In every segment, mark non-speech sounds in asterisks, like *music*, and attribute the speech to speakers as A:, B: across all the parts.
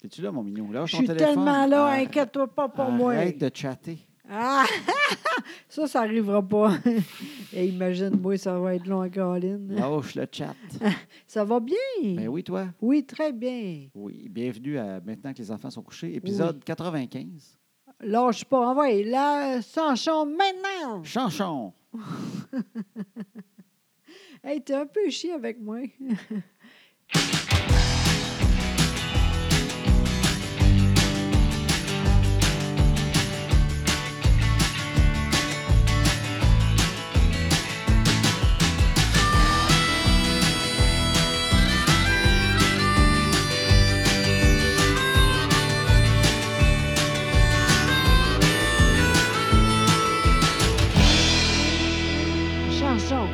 A: T'es-tu là, mon mignon? Là,
B: Je suis tellement là, inquiète-toi pas pour moi.
A: Ah, Arrête de chatter.
B: Ah! *laughs* ça, ça n'arrivera pas. *laughs* Et imagine-moi, ça va être long à Caroline.
A: Lâche le chat.
B: Ça va bien?
A: Ben oui, toi.
B: Oui, très bien.
A: Oui, bienvenue à Maintenant que les enfants sont couchés, épisode 95.
B: Lâche pas, envoie là, Sanchon, maintenant!
A: Chanchon!
B: Hey, t'es un peu chier avec moi. Chanson.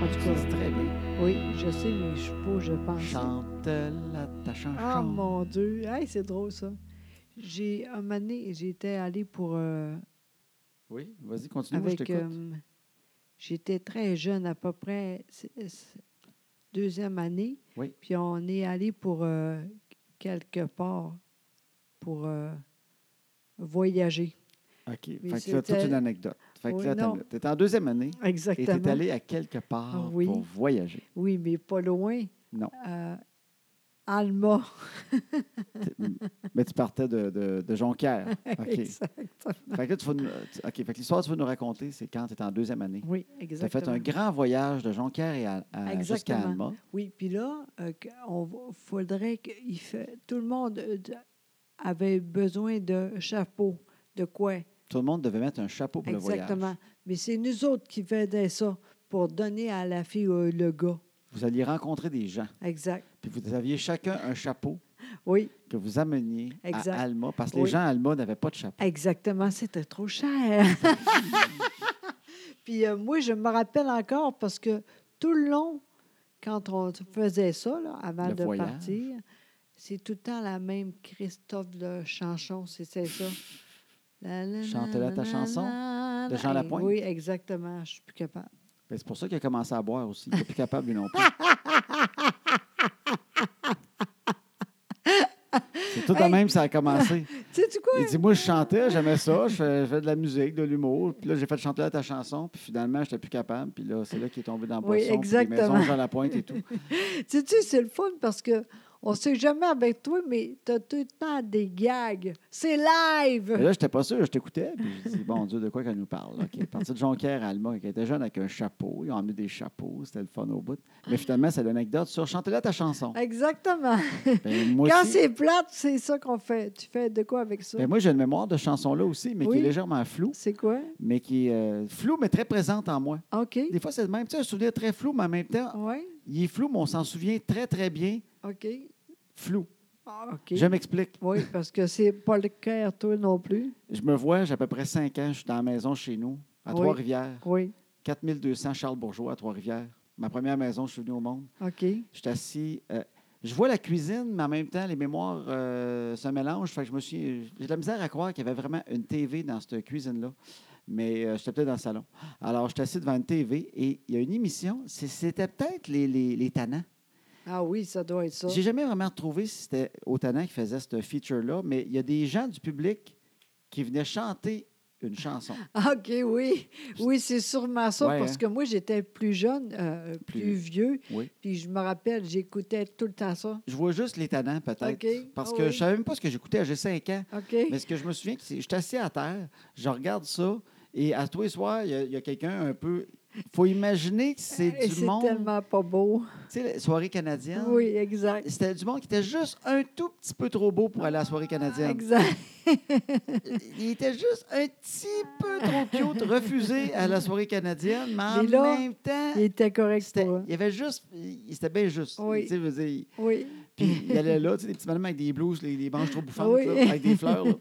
B: En tout cas,
A: C'est très bien.
B: oui, je sais, mais je suis pas, je pense.
A: Chante la ta chanson.
B: Ah mon Dieu! Hey, c'est drôle ça. J'ai un moment donné, j'étais allée pour euh,
A: Oui, vas-y, continue, moi, je
B: avec.
A: t'écoute.
B: euh, j'étais très jeune, à peu près c'est- c'est- deuxième année.
A: Oui.
B: Puis on est allé pour euh, quelque part pour euh, voyager.
A: OK. Fait
B: euh, mais
A: que là, toute
B: c'était-
A: une anecdote. Fait que
B: Oui,
A: là,
B: non.
A: attends, là, t'es en deuxième année et t'es
B: Exactement.
A: allé à quelque part
B: Ah oui.
A: pour voyager.
B: Oui, mais pas loin.
A: Non.
B: Euh, Alma.
A: Mais tu partais de, de, de
B: *laughs*
A: Jonquière. OK.
B: Exact.
A: fait que là, tu vas nous- tu- OK, fait que l'histoire que tu vas nous raconter, c'est quand tu étais en deuxième année.
B: Oui,
A: Tu as fait
B: exactement.
A: un grand voyage de Jonquière et à, à- jusqu'à
B: Exactement.
A: Alma.
B: Oui, puis là, euh, que- on va- faudrait que il fait- tout le monde euh, d- avait besoin de chapeau, de quoi
A: Tout le monde devait mettre un chapeau pour le
B: exactement.
A: voyage.
B: Mais c'est nous autres qui faisions ça pour donner à la fille euh, le gars.
A: Vous alliez rencontrer des gens.
B: Exact.
A: Puis vous aviez chacun un chapeau
B: Oui,
A: que vous ameniez
B: Exact.
A: à Alma. Parce que les
B: Oui.
A: gens à Alma n'avaient pas de chapeau.
B: exactement. C'était trop cher. *laughs* puis euh, moi, je me rappelle encore parce que tout le long, quand on faisait ça, là, avant
A: Le
B: de
A: voyage.
B: partir, c'est tout le temps la même Christophe de Chanchon, c'est c'est ça. La, la, la,
A: Chante-la ta
B: la,
A: chanson
B: la,
A: de
B: la.
A: Jean
B: Eh,
A: Lapointe.
B: Oui, exactement. Je suis plus capable.
A: Ben, c'est pour ça qu'il a commencé à boire aussi. Il n'est plus capable lui non
B: *laughs*
A: plus. C'est tout de
B: Hey!
A: même que ça a
B: *laughs*
A: commencé.
B: Tu sais, tu quoi?
A: Il dit Moi, je chantais, j'aimais ça, je fais, je fais de la musique, de l'humour. Puis là, j'ai fait chanter à ta chanson, puis finalement, j'étais plus capable. Puis là, c'est là qu'il est tombé dans le
B: Oui,
A: poisson, puis les
B: exactement.
A: maisons, Jean Lapointe et tout.
B: Tu sais, c'est le fun parce que on sait jamais avec toi, mais tu as tout le temps des gags. C'est live!
A: Mais là, j'étais pas sûr, je t'écoutais, puis je dis Bon Dieu, de quoi qu'elle nous parle OK, partie de Jonquière à Alma, qui était jeune avec un chapeau, ils ont amené des chapeaux, c'était le fun au bout. Mais finalement, c'est l'anecdote sur Chante-la ta chanson.
B: Exactement.
A: Ben, moi
B: Quand
A: aussi-
B: c'est plate, c'est ça qu'on fait. Tu fais de quoi avec ça?
A: Ben, moi, j'ai une mémoire de chanson-là aussi, mais qui
B: Oui.
A: est légèrement floue,
B: C'est quoi?
A: mais qui est euh, floue, mais très présente en moi.
B: OK.
A: Des fois, c'est le même, tu sais, un souvenir très flou, mais en même temps,
B: Oui?
A: il est flou, mais on s'en souvient très, très bien,
B: OK.
A: flou.
B: Ah, OK.
A: Je m'explique.
B: Oui, parce que c'est pas le cœur, toi non plus.
A: Je me vois, j'ai à peu près 5 ans, je suis dans la maison chez nous, à
B: Oui.
A: Trois-Rivières,
B: Oui.
A: 4200 Charles Bourgeois à Trois-Rivières. Ma première maison, je suis venu au monde.
B: OK.
A: Je suis assis. euh, je vois la cuisine, mais en même temps, les mémoires euh, se mélangent. Fait que je me suis. J'ai de la misère à croire qu'il y avait vraiment une TV dans cette cuisine-là. Mais euh, j'étais peut-être dans le salon. Alors, j'étais assis devant une TV et il y a une émission. c'est- C'était peut-être les, les, les Tannants.
B: Ah oui, ça doit être ça.
A: J'ai jamais vraiment retrouvé si c'était aux Tannants qui faisaient ce feature-là, mais il y a des gens du public qui venaient chanter une chanson.
B: OK, oui. Oui, c'est sûrement ça,
A: Ouais,
B: parce
A: hein.
B: que moi, j'étais plus jeune, euh, plus,
A: Plus-
B: vieux.
A: oui.
B: Puis je me rappelle, j'écoutais tout le temps ça.
A: Je vois juste les Tannants, peut-être.
B: OK,
A: Parce
B: ah
A: que
B: oui.
A: je savais même pas ce que j'écoutais. J'ai 5 ans.
B: OK. *laughs*
A: Mais ce que je me souviens, c'est que je suis assis à terre, je regarde ça, et à tous les soirs, il y a- il y a, quelqu'un un peu. Il faut imaginer que c'est
B: *laughs* Et
A: du
B: c'est
A: monde.
B: tellement pas beau.
A: Tu sais, la soirée canadienne.
B: Oui, exact.
A: C'était du monde qui était juste un tout petit peu trop beau pour aller à la soirée canadienne.
B: Exact.
A: Il était juste un petit peu trop cute, refusé à la soirée canadienne,
B: *laughs*
A: mais en
B: Mais là,
A: même temps,
B: Il était correct
A: c'était,
B: pour eux.
A: il y avait juste, il, c'était bien juste.
B: Oui.
A: Tu sais, je veux dire,
B: Oui. *laughs*
A: Puis il allait là, tu sais, des petits madames avec des blouses, les, les manches trop bouffantes,
B: Ah Oui.
A: là, avec des fleurs.
B: *laughs*
A: là.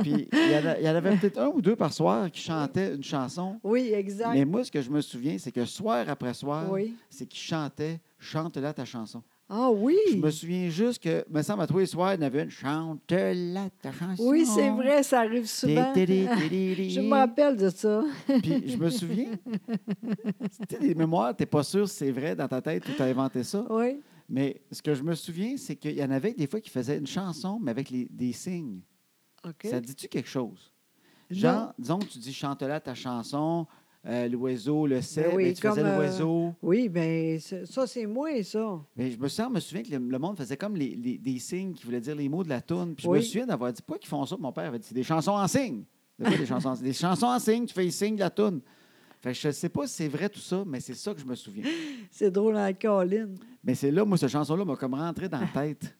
A: Puis il y en a- il y en avait peut-être un ou deux par soir qui chantaient une chanson.
B: Oui, exact.
A: Mais moi, ce que je me souviens, c'est que soir après soir,
B: Oui.
A: c'est qu'ils chantaient Chante-la ta chanson.
B: Ah oui.
A: Je me souviens juste que, me semble, à tous les soirs, il y en avait une Chante-la ta chanson.
B: Oui, c'est vrai, ça arrive souvent. *laughs* Je
A: Je
B: me rappelle de ça.
A: Puis je me souviens, tu sais, des mémoires, t'es pas sûr si c'est vrai dans ta tête ou t'as inventé ça.
B: Oui.
A: Mais ce que je me souviens, c'est qu'il y en avait des fois qui faisaient une chanson, mais avec les- des signes.
B: OK.
A: Ça dit-tu quelque chose?
B: Non.
A: Genre, disons que tu dis chante-la ta chanson, euh, l'oiseau le sait,
B: Ben oui,
A: mais tu faisais
B: comme, euh,
A: l'oiseau.
B: Oui, bien, ça, c'est moi, ça.
A: Mais je me souviens, me souviens que le, le monde faisait comme les, les- des signes qui voulaient dire les mots de la toune. Puis je me
B: Oui.
A: souviens d'avoir dit pourquoi qu'ils font ça. Mon père avait dit c'est des chansons en signes. C'est quoi des chansons en signes? Des chansons en signes, tu fais les signes de la toune. Fait que je sais pas si c'est vrai tout ça, mais c'est ça que je me souviens.
B: C'est drôle hein, en colline.
A: Mais c'est là, moi, cette chanson-là m'a comme rentré dans la
B: *laughs*
A: tête.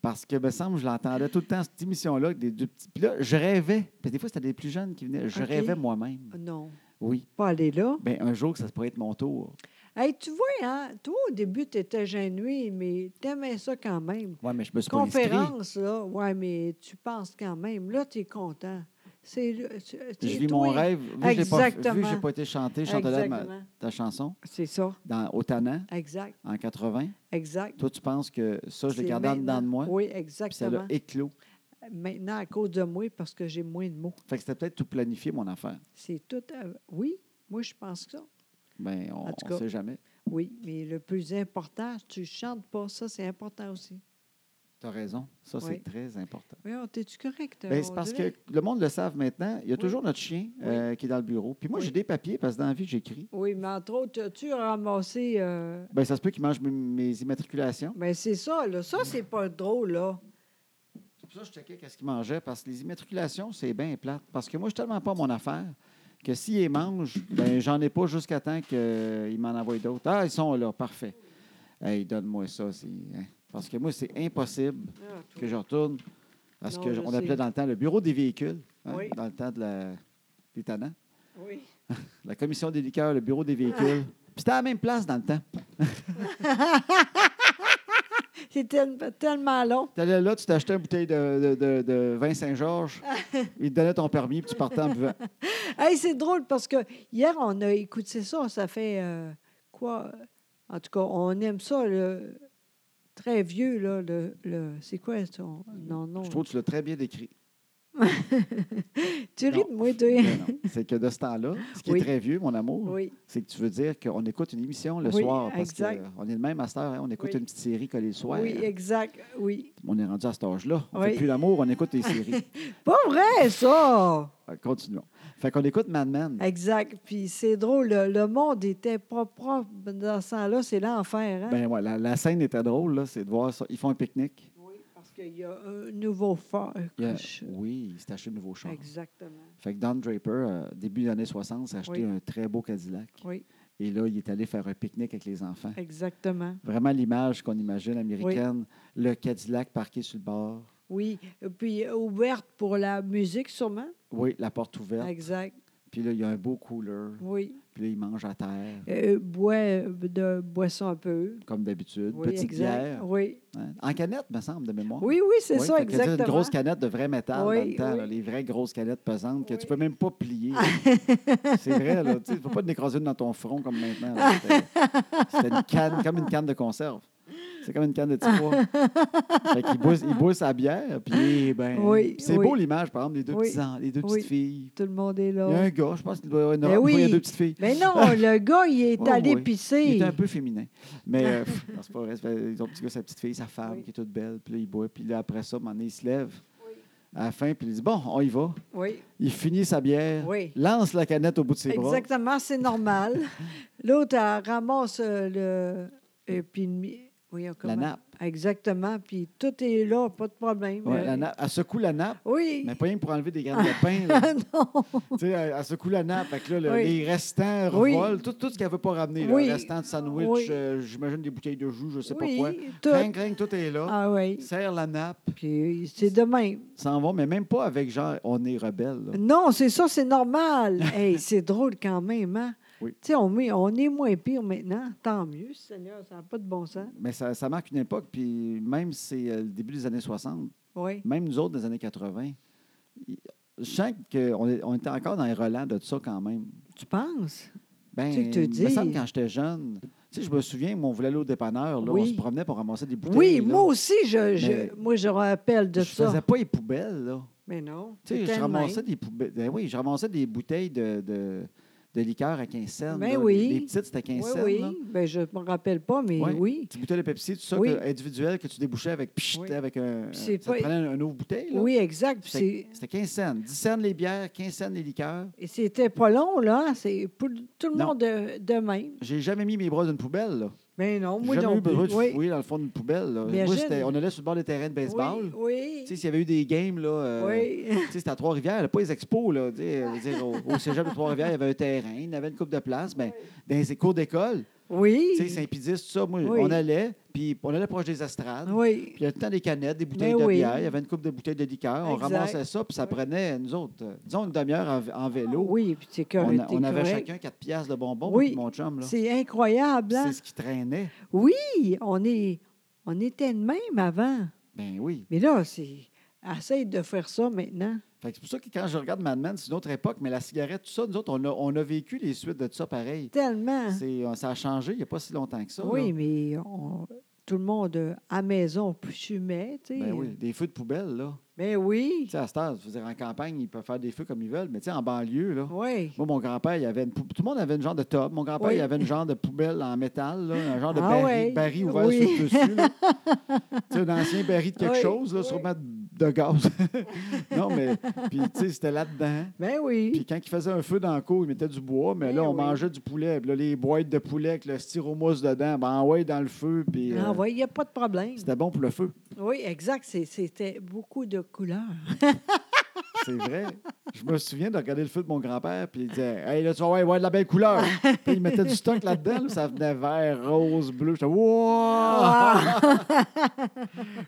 A: Parce que, me semble, je l'entendais tout le temps, cette émission-là, avec des deux petits. Puis là, je rêvais. Parce que des fois, c'était des plus jeunes qui venaient. Je
B: OK.
A: rêvais moi-même.
B: Non,
A: Oui.
B: pas aller là.
A: Bien, un jour, que ça pourrait être mon tour.
B: Hey, tu vois, hein, toi, au début, tu étais gêné, mais t'aimais ça quand même.
A: Ouais, mais je me suis pas inscrit.
B: Conférence, là, ouais, mais tu penses quand même. Là, tu es content. C'est, le- tu-
A: Je
B: c'est
A: vis mon
B: toi.
A: rêve. Vu que j'ai pas- vu que j'ai
B: Exactement.
A: pas, été chanté, chante
B: Exactement.
A: ta chanson
B: C'est ça,
A: dans, au Tannant
B: exact,
A: en 80.
B: exact.
A: Toi, tu penses que ça, je l'ai
B: C'est
A: gardé en dedans de
B: maintenant.
A: moi.
B: Oui,
A: Puis ça l'a
B: exactement.
A: éclos.
B: Maintenant, à cause de moi, parce que j'ai moins de mots.
A: Fait que c'était peut-être tout planifié, mon affaire.
B: C'est tout. euh, oui, moi, je pense que ça.
A: Ben, on
B: En tout
A: ne
B: cas.
A: sait jamais.
B: Oui, mais le plus important, tu chantes pas. Ça, c'est important aussi.
A: Tu as raison. Ça, c'est
B: Oui.
A: très important.
B: Oui, on- t'es-tu correct?
A: Ben,
B: on
A: c'est parce
B: dirait?
A: que le monde le savent maintenant. Il y a
B: Oui.
A: toujours notre chien euh, qui est dans le bureau. Puis moi,
B: Oui.
A: j'ai des papiers parce que dans la vie, j'écris.
B: Oui, mais entre autres, as-tu ramassé... euh,
A: Ben, ça se peut qu'il mange mes, mes immatriculations.
B: Ben, c'est ça, là. Ça, c'est pas drôle, là.
A: C'est pour ça que je checkais qu'est-ce qu'il mangeait parce que les immatriculations, c'est bien plate. Parce que moi, je suis tellement pas mon affaire que s'il les mange, ben, j'en ai pas jusqu'à temps qu'il m'en envoie d'autres. Ah, ils sont là. Parfait. Hey, donne-moi ça. c'est- hein. Parce que moi, c'est impossible que je retourne à ce
B: Non, je
A: qu'on
B: sais.
A: appelait dans le temps le bureau des véhicules, hein,
B: Oui.
A: dans le temps de la, des tannants.
B: Oui.
A: La commission des liqueurs, le
B: Ah.
A: bureau des véhicules. Puis c'était à la même place dans le temps.
B: C'est tel- tellement long.
A: Tu allais là, tu t'achetais une bouteille de, de, de- de vin Saint-Georges,
B: Ah.
A: ils te donnaient ton permis, puis tu partais en buvant.
B: Hey, c'est drôle parce que hier, on a écouté ça. Ça fait euh, quoi? En tout cas, on aime ça, le très vieux, là. Le, le- C'est quoi son Non, non.
A: Je trouve que tu l'as très bien décrit.
B: Tu ris de moi, toi.
A: *laughs* Mais non, C'est que de ce temps-là, ce qui
B: Oui.
A: est très vieux, mon amour,
B: Oui,
A: c'est que tu veux dire qu'on écoute une émission le
B: Oui,
A: soir. Parce
B: exact.
A: qu'on est le même à cette heure, hein, on écoute
B: Oui.
A: une petite série collée le soir.
B: oui, exact. Oui.
A: On est rendu à cet âge-là. On
B: Oui.
A: fait plus l'amour, on
B: *laughs*
A: écoute les séries.
B: Pas vrai, ça!
A: Euh, Continuons. Fait qu'on écoute Mad Men.
B: Exact. Puis c'est drôle, le, le monde était pas propre dans ce temps-là. C'est l'enfer, hein?
A: Ben ouais, la, la scène était drôle, là, c'est de voir ça. Ils font un pique-nique.
B: oui, parce qu'il y a un nouveau phare.
A: Il y a-
B: Je-
A: Oui, ils s'est acheté un nouveau char.
B: Exactement.
A: Fait que Don Draper, euh, début des années 60, s'est acheté
B: Oui.
A: un très beau Cadillac.
B: Oui,
A: Et là, il est allé faire un pique-nique avec les enfants.
B: exactement.
A: Vraiment l'image qu'on imagine américaine, le Cadillac parqué sur le bord.
B: Oui, et puis euh, ouverte pour la musique sûrement.
A: Oui, la porte ouverte.
B: Exact.
A: Puis là, il y a un beau cooler.
B: Oui.
A: Puis là, il mange à terre,
B: Euh, bois euh, de boisson un peu.
A: comme d'habitude.
B: Oui,
A: Petite
B: exact.
A: bière.
B: Oui.
A: hein. En canette, me semble, de mémoire.
B: Oui, oui, c'est
A: Oui,
B: ça,
A: fait que c'est
B: exactement.
A: Une grosse canette de vrai métal
B: Oui,
A: dans le temps,
B: oui.
A: là, les vraies grosses canettes pesantes que tu
B: Oui. Ah.
A: peux même pas plier. *laughs* c'est vrai, là. Tu ne peux pas te décroiser une dans ton front comme maintenant. là. C'était c'était une canne, comme une canne de conserve. C'est comme une canne de petits pois. fait qu'il boit, il boit sa bière, puis ben,
B: Oui,
A: c'est
B: oui.
A: beau l'image, par exemple, les deux,
B: Oui.
A: petits en- les deux
B: Oui.
A: petites filles.
B: Tout le monde est
A: Il y a un
B: là.
A: gars, je pense qu'il doit y avoir une
B: Ben
A: Des fois, il y a
B: oui.
A: deux petites filles. *laughs*
B: Mais non, le gars, il est
A: Oui,
B: allé
A: oui. Il
B: pisser.
A: était un peu féminin. Mais euh, pff, non, c'est pas vrai. C'est pas- Ils ont petit gars, sa petite fille, sa femme
B: Ah. Oui.
A: qui est toute belle. Puis là, il boit. Puis là, après ça, à un moment donné, il se lève à la fin. Puis il dit Bon, on y va.
B: Oui,
A: Il finit sa bière,
B: Oui.
A: lance la canette au bout de ses bras.
B: exactement,
A: *laughs*
B: c'est normal. L'autre elle ramasse euh, le. Et puis, une mi- voyons comment.
A: nappe.
B: Exactement, puis tout est là, pas de problème.
A: Ouais,
B: Euh,
A: la nappe. Elle secoue la nappe,
B: Oui.
A: mais pas rien que pour enlever des graines de pain. là.
B: Ah *laughs* non.
A: Tu sais, elle, elle secoue la nappe. Fait que là, le-
B: Oui.
A: les restants
B: Oui.
A: revolent. Tout, tout ce qu'elle ne veut pas ramener. là.
B: Oui.
A: Le restant de sandwich,
B: Oui.
A: euh, j'imagine des bouteilles de jus, je ne sais
B: Oui,
A: pas
B: tout.
A: quoi. Ring, ring, tout est là.
B: Ah oui.
A: Serre la nappe,
B: Puis euh, c'est de même.
A: s'en va, mais même pas avec genre on est rebelle. là.
B: Non, c'est ça,
A: *laughs*
B: c'est normal. hey, c'est drôle quand même, hein?
A: Oui.
B: Tu sais, on, met- on est moins pire maintenant. Tant mieux, Seigneur, ça n'a pas de bon sens.
A: Mais ça, ça marque une époque, puis même si c'est euh, le début des années 60,
B: Oui.
A: même nous autres des années 80, y- je sens qu'on est- on était encore dans les relents de ça quand même.
B: Tu penses?
A: Ben,
B: Tu sais que te
A: me semble
B: dis.
A: quand j'étais jeune, tu sais, je me souviens, moi, on voulait aller au dépanneur, là, on
B: Oui.
A: se promenait pour ramasser des bouteilles.
B: Oui,
A: là.
B: moi aussi, je, je-
A: Mais-
B: moi, je rappelle
A: Je
B: de ça.
A: faisais pas les poubelles, là.
B: Mais non.
A: Tu sais,
B: c'était
A: je
B: le même.
A: ramassais des poubelles. ben oui, je ramassais des bouteilles de, de, de liqueur à 15 cents.
B: Ben
A: là.
B: oui.
A: Les, les petites, c'était 15
B: Oui,
A: cents.
B: oui.
A: là.
B: Ben, je me rappelle pas, mais
A: Ouais.
B: oui.
A: Petite bouteille de Pepsi, tout ça,
B: Oui.
A: que- individuel, que tu débouchais avec, pchit,
B: Oui.
A: avec un.
B: Puis
A: Ça
B: c'est
A: te
B: pas-
A: prenait un, un autre bouteille, là.
B: Oui, exact. Puis
A: Fait
B: c'est-
A: que C'était 15 cents. 10 cents les bières, 15 cents les liqueurs.
B: Et c'était pas long, là. C'est pour tout le
A: Non.
B: monde de, de même.
A: J'ai jamais mis mes bras dans une poubelle, là.
B: Mais non, moi
A: J'ai jamais
B: non
A: eu
B: plus.
A: besoin de
B: Oui.
A: fouiller dans le fond d'une poubelle, là.
B: Mais
A: Moi,
B: Gilles-
A: c'était- on allait sur le bord des terrains de baseball. Tu
B: Oui.
A: sais,
B: Oui.
A: s'il y avait eu des games, là, euh,
B: oui.
A: tu sais, c'était à Trois-Rivières, là, pas les expos, là, tu sais, euh, je veux dire, au, au cégep de Trois-Rivières, il y avait un terrain, il y en avait une coupe de place, mais dans les cours d'école,
B: Oui.
A: tu sais, Saint-Pédis, tout ça, moi,
B: Oui.
A: on allait, puis on allait proche des estrades,
B: Oui.
A: puis il y avait tout le temps des canettes, des bouteilles
B: Mais
A: de
B: oui.
A: bière, il y avait une coupe de bouteilles de liqueur, on
B: Exact.
A: ramassait ça, puis ça
B: Oui.
A: prenait, nous autres, euh, disons une demi-heure en, en vélo.
B: Oui, puis c'est
A: On,
B: correct.
A: a- on
B: t'es
A: avait
B: correct.
A: chacun 4 piastres de bonbons,
B: Oui.
A: puis mon chum, là.
B: C'est incroyable, hein?
A: C'est ce qui traînait.
B: Oui, on, est, on était de même avant.
A: Ben oui.
B: Mais là, c'est. Essaye de faire ça maintenant.
A: Fait que c'est pour ça que quand je regarde Mad Men, c'est une autre époque, mais la cigarette, tout ça, nous autres, on a, on a vécu les suites de tout ça pareil.
B: Tellement.
A: C'est- euh, ça a changé il n'y a pas si longtemps que ça. là.
B: Hein. oui, mais on- tout le monde euh, à maison fumait, tu sais.
A: Ben oui, des feux de poubelle, là.
B: Mais oui.
A: Tu sais, à cette heure, je veux dire, en campagne, ils peuvent faire des feux comme ils veulent, mais tu sais, en banlieue, là.
B: Oui.
A: Moi, mon grand-père, il avait une pou- Tout le monde avait une genre de top. Mon grand-père,
B: Oui.
A: il avait une genre de poubelle en métal, là, un genre de
B: Ah
A: baril,
B: ouais.
A: baril ouvert
B: Oui.
A: sur le dessus.
B: *laughs*
A: là. Tu sais, un ancien baril de quelque
B: Oui,
A: chose, là,
B: oui.
A: sûrement de de gaz. *laughs* non, mais. Puis, tu sais, c'était là-dedans.
B: Ben oui.
A: Puis quand il faisait un feu dans le cours, il mettait du bois, mais
B: Eh
A: là, on
B: oui.
A: mangeait du poulet. Puis là, les boîtes de poulet avec le styromousse dedans, ben envoyé dans le feu. Puis euh,
B: Ah oui, il n'y a pas de problème.
A: c'était bon pour le feu.
B: Oui, exact. c'est- C'était beaucoup de couleurs.
A: C'est vrai. Je me souviens de regarder le feu de mon grand-père, puis il disait Hey, là, tu vas voir, il va y avoir de la belle couleur. *laughs* puis il mettait du stock là-dedans, là, ça venait vert, rose, bleu. J'étais Wow!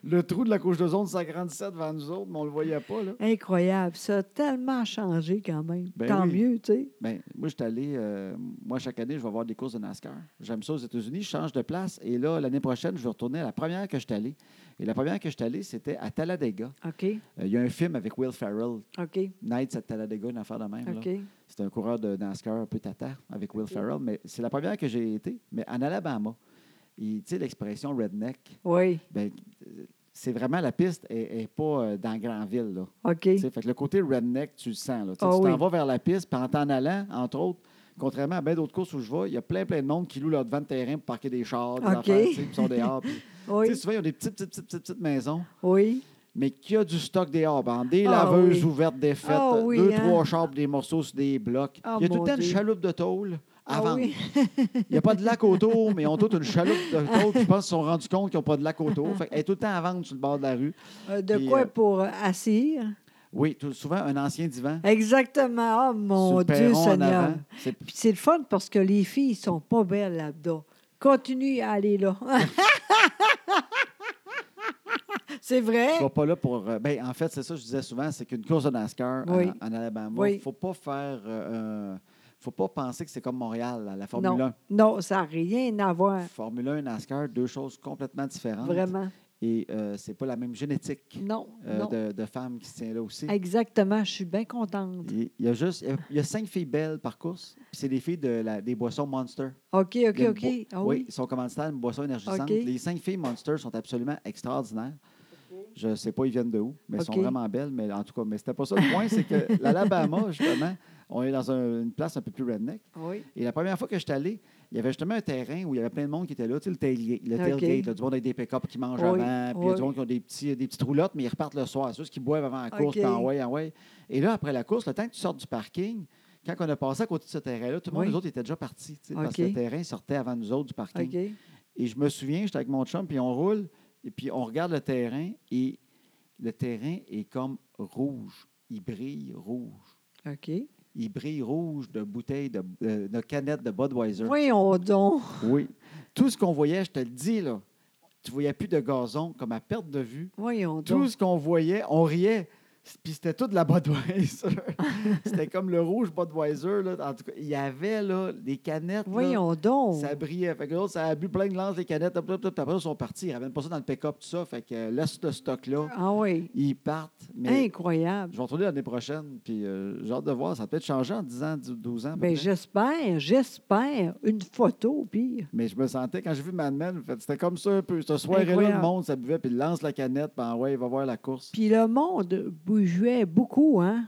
A: Le trou de la couche d'ozone s'agrandissait devant nous autres, mais on le voyait pas. Là.
B: Incroyable. Ça a tellement changé quand même.
A: Ben
B: Tant
A: oui.
B: mieux, tu sais.
A: Ben, moi, je suis allé, euh, moi, chaque année, je vais voir des courses de NASCAR. J'aime ça aux États-Unis, je change de place. Et là, l'année prochaine, je vais retourner à la première que je suis allé. Et la première que je suis allé, c'était à Talladega.
B: OK,
A: Euh, Il y a un film avec Will Ferrell,
B: OK,
A: Nights at Talladega, une affaire de même. là.
B: OK.
A: C'est un coureur de NASCAR un peu tata avec Will
B: Ok.
A: Ferrell. Mais c'est la première que j'ai été, mais en Alabama. Et, Tu sais, l'expression redneck,
B: Oui,
A: ben, euh, c'est vraiment la piste et, pas euh, dans la grande ville. Là.
B: OK.
A: Tu sais, Fait que le côté redneck, tu le sens. là. Tu sais,
B: Ah
A: tu t'en
B: oui.
A: vas vers la piste, puis en t'en allant, entre autres, contrairement à bien d'autres courses où je vais, il y a plein, plein de monde qui loue leur devant de terrain pour parquer des chars, des
B: Ok.
A: affaires, tu sais, puis sont
B: *laughs*
A: dehors. puis-
B: Oui,
A: Tu sais, souvent, ils ont des petites, petites, petites, petites, petites maisons,
B: oui.
A: mais qui a du stock dehors. Ben, des
B: Ah
A: laveuses
B: oui.
A: ouvertes, des fêtes,
B: Ah oui,
A: deux,
B: hein.
A: trois chars, puis des morceaux sur des blocs.
B: Ah,
A: il y a tout le
B: mon
A: temps une
B: Dieu.
A: chaloupe de tôle à
B: Ah
A: vendre.
B: oui.
A: Il n'y a pas de lac autour, mais ils ont toute une chaloupe de tôle. Je pense qu'ils se sont rendus compte qu'ils n'ont pas de lac autour. Fait qu'elle est tout le temps à vendre sur le bord de la rue.
B: Euh, De
A: Puis,
B: quoi
A: euh,
B: pour euh, assir?
A: Oui, tout- souvent un ancien divan.
B: Exactement. Oh
A: sur
B: mon
A: le
B: Dieu,
A: perron en
B: Seigneur.
A: avant. C'est
B: Puis c'est le fun parce que les filles sont pas belles là-dedans. Continue à aller là. *laughs* c'est vrai?
A: Tu vas pas là pour. euh, ben, en fait, c'est ça que je disais souvent, c'est qu'une course de NASCAR en-
B: Oui.
A: en, Alabama,
B: Oui.
A: faut pas faire. euh, euh, faut pas penser que c'est comme Montréal, là, la Formule
B: Non. Non, ça n'a rien à
A: 1.
B: voir.
A: Formule 1 NASCAR, deux choses complètement différentes.
B: Vraiment.
A: Et euh, c'est pas la même génétique
B: Non,
A: euh,
B: non.
A: de, de femmes qui se tient là aussi.
B: Exactement. Je suis bien contente.
A: Il il y a juste. il y a- Il y a cinq filles belles par course, puis c'est des filles de la- des boissons Monster.
B: OK,
A: Il
B: OK,
A: y a une
B: OK.
A: boi-
B: Ah
A: oui.
B: oui.
A: ils sont commanditaires d'une boisson énergisante.
B: OK.
A: Les cinq filles Monster sont absolument extraordinaires. Je ne sais pas, ils viennent de où, mais elles
B: OK.
A: sont vraiment belles. Mais en tout cas, mais c'était pas ça. Le point, c'est que l'Alabama, *laughs* justement, on est dans un- une place un peu plus redneck.
B: Ah Oui.
A: Et la première fois que je suis allé, il y avait justement un terrain où il y avait plein de monde qui était là, tu sais, le tailgate, le
B: OK.
A: tailgate, là, du monde avec des pick-up qui mangent
B: Oui,
A: avant, puis il y a du
B: oui.
A: monde qui ont des, petits, des petites roulottes, mais ils repartent le soir. C'est eux qui boivent avant la course,
B: OK.
A: puis en ouais, en ouais. Et là, après la course, le temps que tu sortes du parking, quand on a passé à côté de ce terrain-là, tout le monde,
B: Oui.
A: nous autres, était déjà partis, tu sais, parce que
B: OK.
A: le terrain sortait avant nous autres du parking.
B: OK.
A: Et je me souviens, j'étais avec mon chum, puis on roule, et puis on regarde le terrain, et le terrain est comme rouge. Il brille rouge.
B: OK.
A: Il brille rouge de bouteilles, de, euh, de canettes de Budweiser.
B: Voyons donc.
A: Oui. Tout ce qu'on voyait, je te le dis, là, tu voyais plus de gazon, comme à perte de vue.
B: Voyons
A: Tout
B: donc.
A: ce qu'on voyait, on riait. C- Puis c'était tout de la *laughs* Budweiser. c'était comme le rouge Budweiser. Là. En tout cas, il y avait là, des canettes. là.
B: Voyons donc.
A: Ça brillait. Fait que l'autre, ça a bu plein de lances, les canettes. Hop, hop, hop. Après, ils sont partis. Ils ramènent pas ça dans le pick-up, tout ça. Fait que euh, laisse le stock-là.
B: Ah oui.
A: Ils partent. Mais
B: Incroyable.
A: je vais retourner l'année prochaine. Puis euh, j'ai hâte de voir. Ça a peut-être changé en 10 ans, 12 ans. à peu
B: Ben,
A: près.
B: j'espère, j'espère. Une photo, pire.
A: Mais je me sentais, quand j'ai vu Mad Men, fait- c'était comme ça un peu. Ce soir-là, le
B: Incroyable.
A: monde, ça buvait, puis il lance la canette, puis ah ouais, il va voir la course.
B: Puis le monde bougeait beaucoup, hein?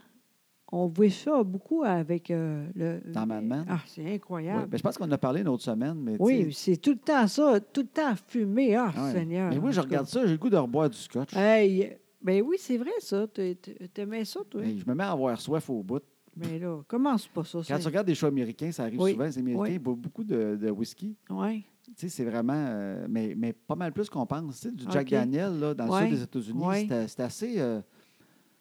B: on voit ça beaucoup avec euh, le.
A: Dans Mad Men.
B: Ah, c'est
A: Ouais,
B: incroyable.
A: ben, je pense qu'on en a parlé une autre semaine, mais ben, tu
B: oui,
A: sais,
B: c'est tout le temps ça, tout le temps fumé. Ah,
A: ah ouais.
B: Seigneur.
A: Mais
B: en
A: oui, je
B: tout cas. Euh,
A: regarde ça, j'ai le goût de reboire du scotch.
B: Hey, ben oui, c'est vrai, ça. Tu tu- t'aimais ça, toi?
A: Hey, je me mets à avoir soif au bout.
B: Mais là, commence pas ça.
A: Quand
B: c'est-
A: tu regardes des shows américains, ça arrive
B: Oui,
A: souvent, les Américains boivent beaucoup de, de whisky.
B: Ouais,
A: Tu sais, c'est vraiment, euh, mais, mais pas mal plus qu'on pense. Tu sais, du Jack
B: OK.
A: Daniel, là, dans le
B: Ouais,
A: sud des États-Unis,
B: ouais.
A: c'est- c'est assez. euh,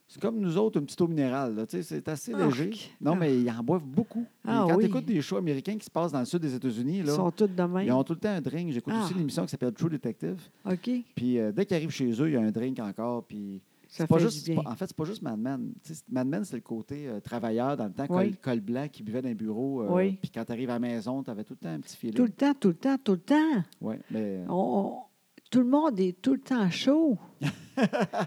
A: c'est comme nous autres, une petite eau minérale. là, tu sais, C'est assez
B: Ah,
A: léger.
B: ok.
A: Non,
B: Ah.
A: mais ils en boivent beaucoup.
B: Ah,
A: Et quand
B: oui.
A: tu écoutes des shows américains qui se passent dans le sud des États-Unis,
B: Ils
A: là,
B: sont tous de même.
A: ils ont tout le temps un drink. J'écoute
B: Ah.
A: aussi une émission qui s'appelle True Detective.
B: OK.
A: Puis euh, dès qu'ils arrivent chez eux, il y a un drink encore. Puis
B: Ça
A: c'est pas
B: fait
A: juste,
B: du
A: c'est
B: bien.
A: pas- en fait, c'est pas juste Mad Men. Tu sais, c'est- Mad Men, c'est le côté euh, travailleur dans le temps, col,
B: Oui.
A: col blanc qui buvait dans les bureaux. euh,
B: Oui.
A: Puis quand tu arrives à la maison, tu avais tout le temps un petit filet.
B: Tout le temps, tout le temps, tout le temps.
A: Ouais, mais, euh,
B: On- on- tout le monde est tout le temps chaud. *laughs*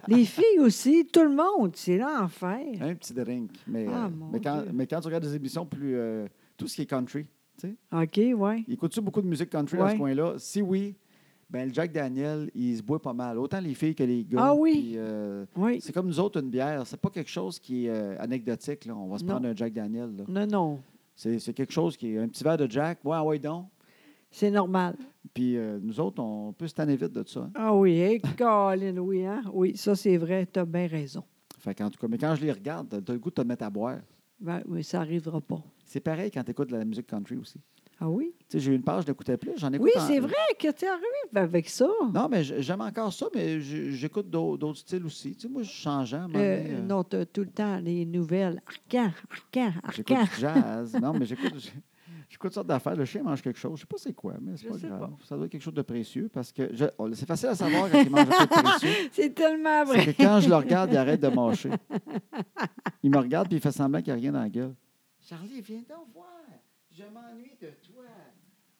B: Les filles aussi, tout le monde, c'est l'enfer.
A: un petit drink. Mais,
B: Ah,
A: euh,
B: mon
A: mais, quand,
B: Dieu.
A: mais quand tu regardes des émissions plus. euh, tout ce qui est country, tu sais,
B: OK, oui.
A: écoutes-tu beaucoup de musique country dans
B: Ouais.
A: ce coin-là? Si oui, ben le Jack Daniel, il se boit pas mal. Autant les filles que les gars.
B: Ah oui.
A: puis, euh,
B: Oui.
A: c'est comme nous autres, une bière. C'est pas quelque chose qui est euh, anecdotique. là. On va se
B: Non.
A: prendre un Jack Daniel. là.
B: Non, non.
A: C'est c'est quelque chose qui est un petit verre de Jack. Ouais, ouais, donc.
B: C'est normal.
A: Puis euh, nous autres, on peut se tanner vite de ça. hein.
B: Ah oui, hey, Colin, oui, hein? Oui, ça, c'est vrai, tu as bien raison.
A: Fait qu'en tout cas, mais quand je les regarde, t'as- t'as le goût de te mettre à boire.
B: Ben, oui, ça n'arrivera pas.
A: C'est pareil quand t'écoutes de la musique country aussi.
B: Ah oui?
A: Tu sais, j'ai eu une page, je n'écoutais plus. J'en écoute
B: Oui,
A: en-
B: c'est vrai que tu arrives avec ça.
A: Non, mais j- j'aime encore ça, mais j- j'écoute d'au- d'autres styles aussi. Tu sais, moi, je suis changeant. à un moment
B: Euh,
A: donné, euh,
B: non, tu tout le temps les nouvelles. Arcan, arcan,
A: J'écoute
B: arcan.
A: du jazz. non, mais
B: *laughs*
A: j'écoute. j'- J'écoute toutes sortes d'affaires. Le chien mange quelque chose. Je sais pas c'est quoi, mais c'est
B: Je
A: pas
B: sais
A: grave.
B: pas.
A: Ça doit être quelque chose de précieux parce que je- oh, c'est facile à savoir quand il mange quelque chose de précieux.
B: C'est tellement vrai.
A: *laughs* C'est que quand je le regarde, il arrête de mâcher. Il me regarde puis il fait semblant qu'il n'y a rien dans la gueule. Charlie, viens donc voir. Je m'ennuie de toi.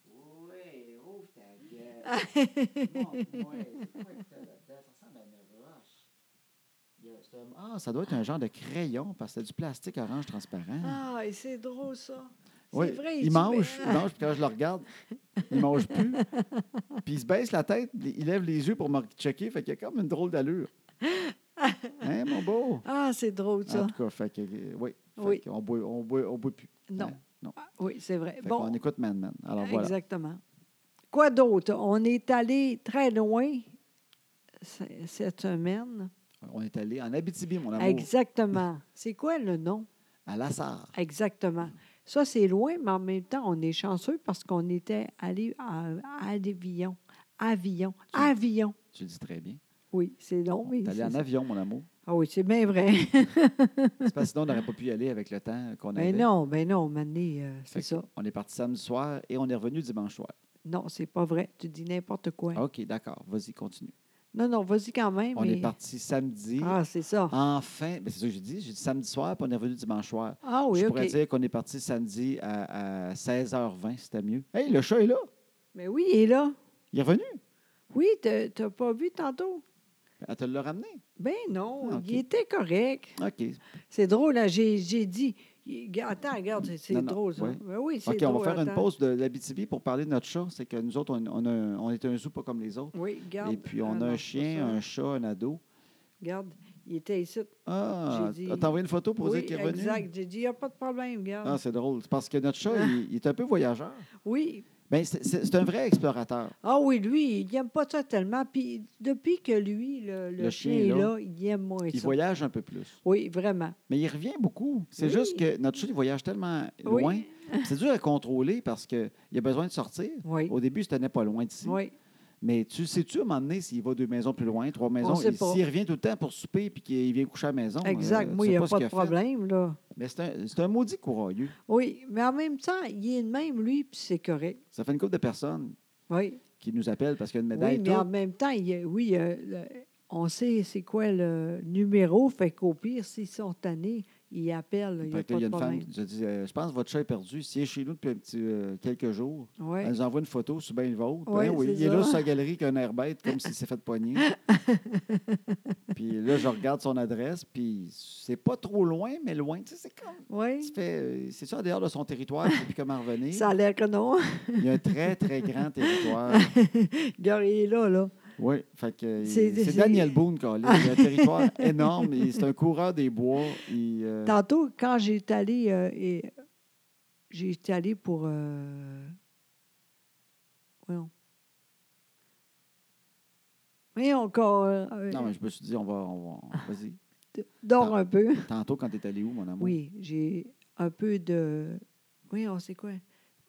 A: Oui, ouvre ta gueule. Montre-moi. C'est quoi que t'as là-dedans? Ça ressemble à une roche. Il y a- c'est un- Ah, ça doit être un genre de crayon parce que c'est du plastique orange transparent.
B: Ah, et c'est drôle, ça. C'est
A: Oui,
B: vrai.
A: il
B: tu-
A: mange, il mange, puis quand je le regarde, il mange
B: *laughs*
A: plus. Puis il se baisse la tête, il lève les yeux pour me checker, fait qu'il a comme une drôle
B: *laughs*
A: d'allure. Hein, mon beau?
B: Ah, c'est drôle, ça.
A: En tout cas, fait que, euh, oui, fait
B: Oui.
A: qu'on boit- on ne boit, on boit plus.
B: non.
A: Hein? Non.
B: Ah, oui, c'est vrai.
A: Fait
B: bon,
A: qu'on écoute Man Man. Alors voilà.
B: exactement. Quoi d'autre? On est allé très loin ce- cette semaine.
A: On est allé en Abitibi, mon amour,
B: Exactement. C'est quoi le nom?
A: à Lassar.
B: Exactement. Ça, c'est loin, mais en même temps, on est chanceux parce qu'on était allé à, à Avillon. Avillon. Avillon.
A: Tu le dis très bien.
B: Oui, c'est long.
A: On
B: mais
A: est allé
B: c'est
A: en
B: ça.
A: avion, mon amour.
B: Ah oui, c'est bien vrai.
A: C'est parce que sinon, on n'aurait pas pu y aller avec le temps qu'on avait.
B: Mais Ben non, mais non, Mané, euh,
A: Fait
B: c'est
A: que
B: ça.
A: On est parti samedi soir et on est revenu dimanche soir.
B: Non, c'est pas vrai. Tu dis n'importe quoi.
A: OK, d'accord. Vas-y, continue.
B: Non, non, vas-y quand même.
A: Ah On
B: mais-
A: est parti samedi.
B: Eh Ah, c'est ça.
A: Enfin, ben, c'est ça que j'ai dit. J'ai dit samedi soir, puis on est revenu dimanche soir.
B: Ah oui,
A: je
B: OK.
A: pourrais dire qu'on est parti samedi à, à 16h20, c'était mieux. Hey, le chat est là.
B: Mais oui, il est là.
A: Il est revenu.
B: Oui, t'as t'as pas vu tantôt?
A: Elle te l'a ramené.
B: Ben non,
A: Ah, OK.
B: il était correct.
A: OK.
B: C'est drôle, là, j'ai j'ai dit. il- Attends, regarde, c'est-
A: Non,
B: c'est
A: non,
B: drôle, ça.
A: oui.
B: Ben oui, c'est
A: OK,
B: drôle.
A: on va faire une
B: attends.
A: pause de l'Abitibi pour parler de notre chat. C'est que nous autres, on, on a un- on est un zoo pas comme les autres.
B: Oui, regarde.
A: Et puis,
B: Ah,
A: on
B: non,
A: a
B: c'est
A: un
B: pas
A: chien,
B: ça.
A: un chat, un ado.
B: Regarde, il était ici.
A: Ah,
B: J'ai dit-
A: t'as envoyé une photo pour
B: Oui,
A: dire qu'il est revenu?
B: exact. Ah. J'ai dit, il n'y a pas de problème, regarde.
A: Ah, c'est drôle. C'est parce que notre chat, il, il est un peu voyageur.
B: oui.
A: Ben, c'est- c'est c'est un vrai explorateur.
B: Ah oui, lui, il n'aime pas ça tellement. Puis depuis que lui, le, le
A: Le
B: chien,
A: chien est
B: est
A: là.
B: là, il aime moins
A: Il
B: ça.
A: voyage un peu plus.
B: Oui, vraiment.
A: Mais il revient beaucoup. C'est
B: Oui.
A: juste que notre chat, il voyage tellement
B: Oui.
A: loin. C'est dur à contrôler parce qu'il a besoin de sortir.
B: Oui.
A: Au début, il ne se tenait pas loin d'ici.
B: Oui.
A: Mais tu sais-tu à un moment donné s'il va deux maisons plus loin, trois maisons,
B: sait
A: il-
B: pas.
A: s'il revient tout le temps pour souper puis qu'il vient coucher à la maison.
B: Exact.
A: euh, tu
B: Moi,
A: sais
B: il n'y a
A: pas
B: pas,
A: ce
B: de
A: qu'il a fait.
B: problème, là.
A: Mais c'est un, c'est un maudit courageux.
B: Oui, mais en même temps, il est le même, lui, puis c'est correct.
A: Ça fait une couple de personnes
B: Oui.
A: qui nous appellent parce qu'il y a une
B: Oui,
A: médaille.
B: mais
A: toute.
B: en même temps, il y a- oui, euh, le- on sait c'est quoi le numéro, fait qu'au pire, s'ils sont tannés, ils appellent, là, il n'y a
A: Fait que
B: pas
A: là, il y
B: de
A: a une femme
B: problème.
A: qui nous a dit euh, Je pense que votre chat est perdu. S'il est chez nous depuis un petit, euh, quelques jours,
B: Oui.
A: elle nous envoie une photo, c'est bien le vôtre.
B: Ouais,
A: Ben oui,
B: c'est
A: il est
B: ça.
A: là sur sa galerie qu'un air bête, comme s'il s'est fait
B: *laughs*
A: poigner. puis là, je regarde son adresse, puis c'est pas trop loin, mais loin. Tu sais, c'est comme. tu
B: Oui,
A: fais, euh, C'est ça, dehors de son territoire, je sais plus comment revenir.
B: ça a l'air que non. *laughs*
A: Il y a un très, très grand territoire.
B: Regarde, il est là, là.
A: Oui, fait que, euh, il-
B: C'est-
A: c'est
B: c'est-
A: Daniel
B: *laughs*
A: Boone, Colin. Il a un territoire énorme. Il- C'est un coureur des bois. Il, euh,
B: Tantôt, quand j'étais allée, euh, et j'étais allée pour. euh, Voyons. Voyons qu'on euh,
A: Non, mais je me suis dit, on va. On va Vas-y.
B: dors un peu.
A: Tantôt, quand tu es allé où, mon amour?
B: Oui, j'ai un peu de. Oui, on sait quoi.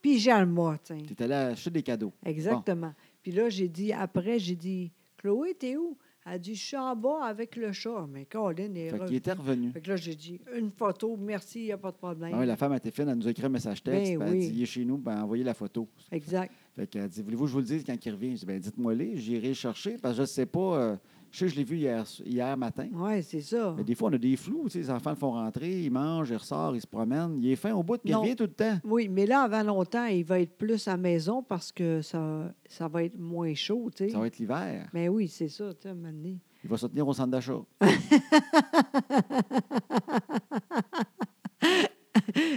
B: Pyjama, tiens.
A: Tu es allé à la chute des cadeaux.
B: Exactement. Puis là, j'ai dit, après, j'ai dit, Chloé, t'es où? Elle a dit, je suis en bas avec le chat. Mais Colin est
A: Fait
B: revenue.
A: qu'il était revenu.
B: Fait que là, j'ai dit, une photo, merci, il n'y a pas de problème.
A: Ah oui, la femme a été fine, elle nous a écrit un message texte,
B: Hein? Ben
A: puis elle a
B: oui.
A: dit Il est chez nous, ben envoyez la photo.
B: Exact.
A: Fait qu'elle dit Voulez-vous que je vous le dise quand il revient Je dis ben, dites-moi les, j'irai le chercher, parce que je ne sais pas. euh, je sais, je l'ai vu hier, hier matin.
B: Oui, c'est ça.
A: Mais des fois, on a des flous, tu sais, les enfants le font rentrer, ils mangent, ils ressortent, ils se promènent, il est fin au bout, puis il
B: Non.
A: revient tout le temps.
B: Oui, mais là, avant longtemps, il va être plus à maison parce que ça, ça va être moins chaud, tu sais.
A: Ça va être l'hiver.
B: Mais oui, c'est ça, tu sais, à un moment donné.
A: Il va se tenir au centre
B: *laughs*
A: d'achat.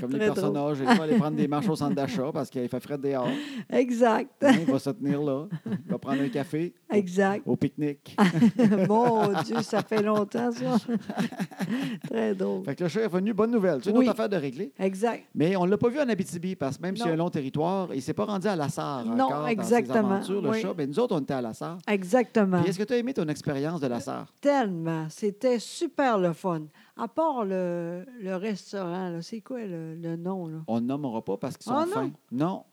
A: Comme les
B: Très
A: personnes
B: drôle.
A: âgées, il va aller prendre des marches au centre d'achat parce qu'il fait frais dehors.
B: *laughs* Exact,
A: Il va se tenir là, il va prendre un café au-
B: exact.
A: au pique-nique.
B: *laughs* Mon Dieu, ça fait longtemps, ça. *laughs* Très drôle.
A: Fait que le chat est revenu, bonne nouvelle. C'est une
B: Oui.
A: autre affaire de régler.
B: Exact.
A: Mais on ne l'a pas vu en Abitibi parce que même s'il y a
B: Non.
A: un long territoire, il ne s'est pas rendu à Lassar
B: Non,
A: encore
B: exactement,
A: dans ses aventures, le
B: oui.
A: chat. Ben, nous autres, on était à Lassar.
B: Exactement.
A: Puis est-ce que tu as aimé ton expérience de Lassar?
B: Tellement. C'était super le fun. À part le, le restaurant, là, c'est quoi le, le nom? Là?
A: On ne nommera pas parce qu'ils sont
B: Ah, non.
A: fins. Non.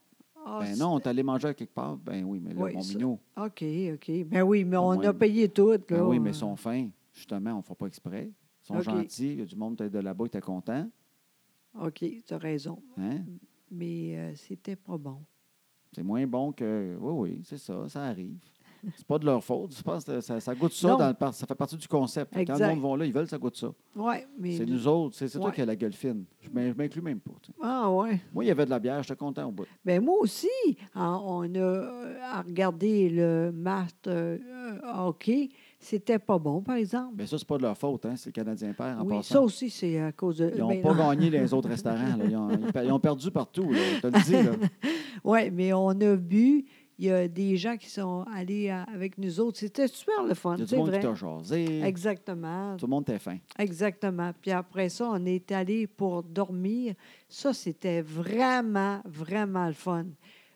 B: Ah,
A: Ben non, on t'allait manger à quelque part. Ben oui, mais là,
B: Oui,
A: mon
B: ça-
A: minot.
B: c'est- OK, OK. Ben oui, mais
A: Au
B: on
A: moins.
B: a payé tout. Là.
A: Ben oui, mais ils sont fins. Justement, on ne fera pas exprès. Ils sont
B: OK.
A: gentils. Il y a du monde peut-être de là-bas qui était content.
B: OK, tu as raison.
A: Hein?
B: Mais euh, c'était pas bon.
A: C'est moins bon que. Oui, oui, c'est ça, ça arrive. C'est pas de leur faute. Je pense que ça, ça goûte ça.
B: Non.
A: dans le par- ça fait partie du concept. Fait que Quand
B: Exact.
A: le monde va là, ils veulent que ça goûte ça.
B: Oui, mais.
A: C'est nous autres. C'est c'est toi
B: Ouais.
A: qui as la gueule fine. Je m'in- je m'inclus même pas. tu sais.
B: Ah, ouais.
A: Moi, il y avait de la bière. J'étais content au bout.
B: Ben moi aussi. Ah, on a euh, à regarder le match euh, euh, hockey. C'était pas bon, par exemple.
A: Mais Ben, ça, c'est pas de leur faute. Hein? C'est le Canadien père en
B: oui, ça
A: passant.
B: aussi, c'est à cause de.
A: Ils n'ont
B: ben
A: pas
B: non.
A: gagné les autres restaurants. là. Ils, ont, ils per- ils ont perdu partout. là. Je te le dis.
B: *laughs*
A: là.
B: Oui, mais on a bu. Il y a des gens qui sont allés à- avec nous autres. C'était super le fun,
A: Il y a du
B: c'est
A: monde qui
B: vrai.
A: t'a jasé.
B: Exactement,
A: Tout le monde était fin.
B: exactement. Puis après ça, on est allé pour dormir. Ça, c'était vraiment, vraiment le fun.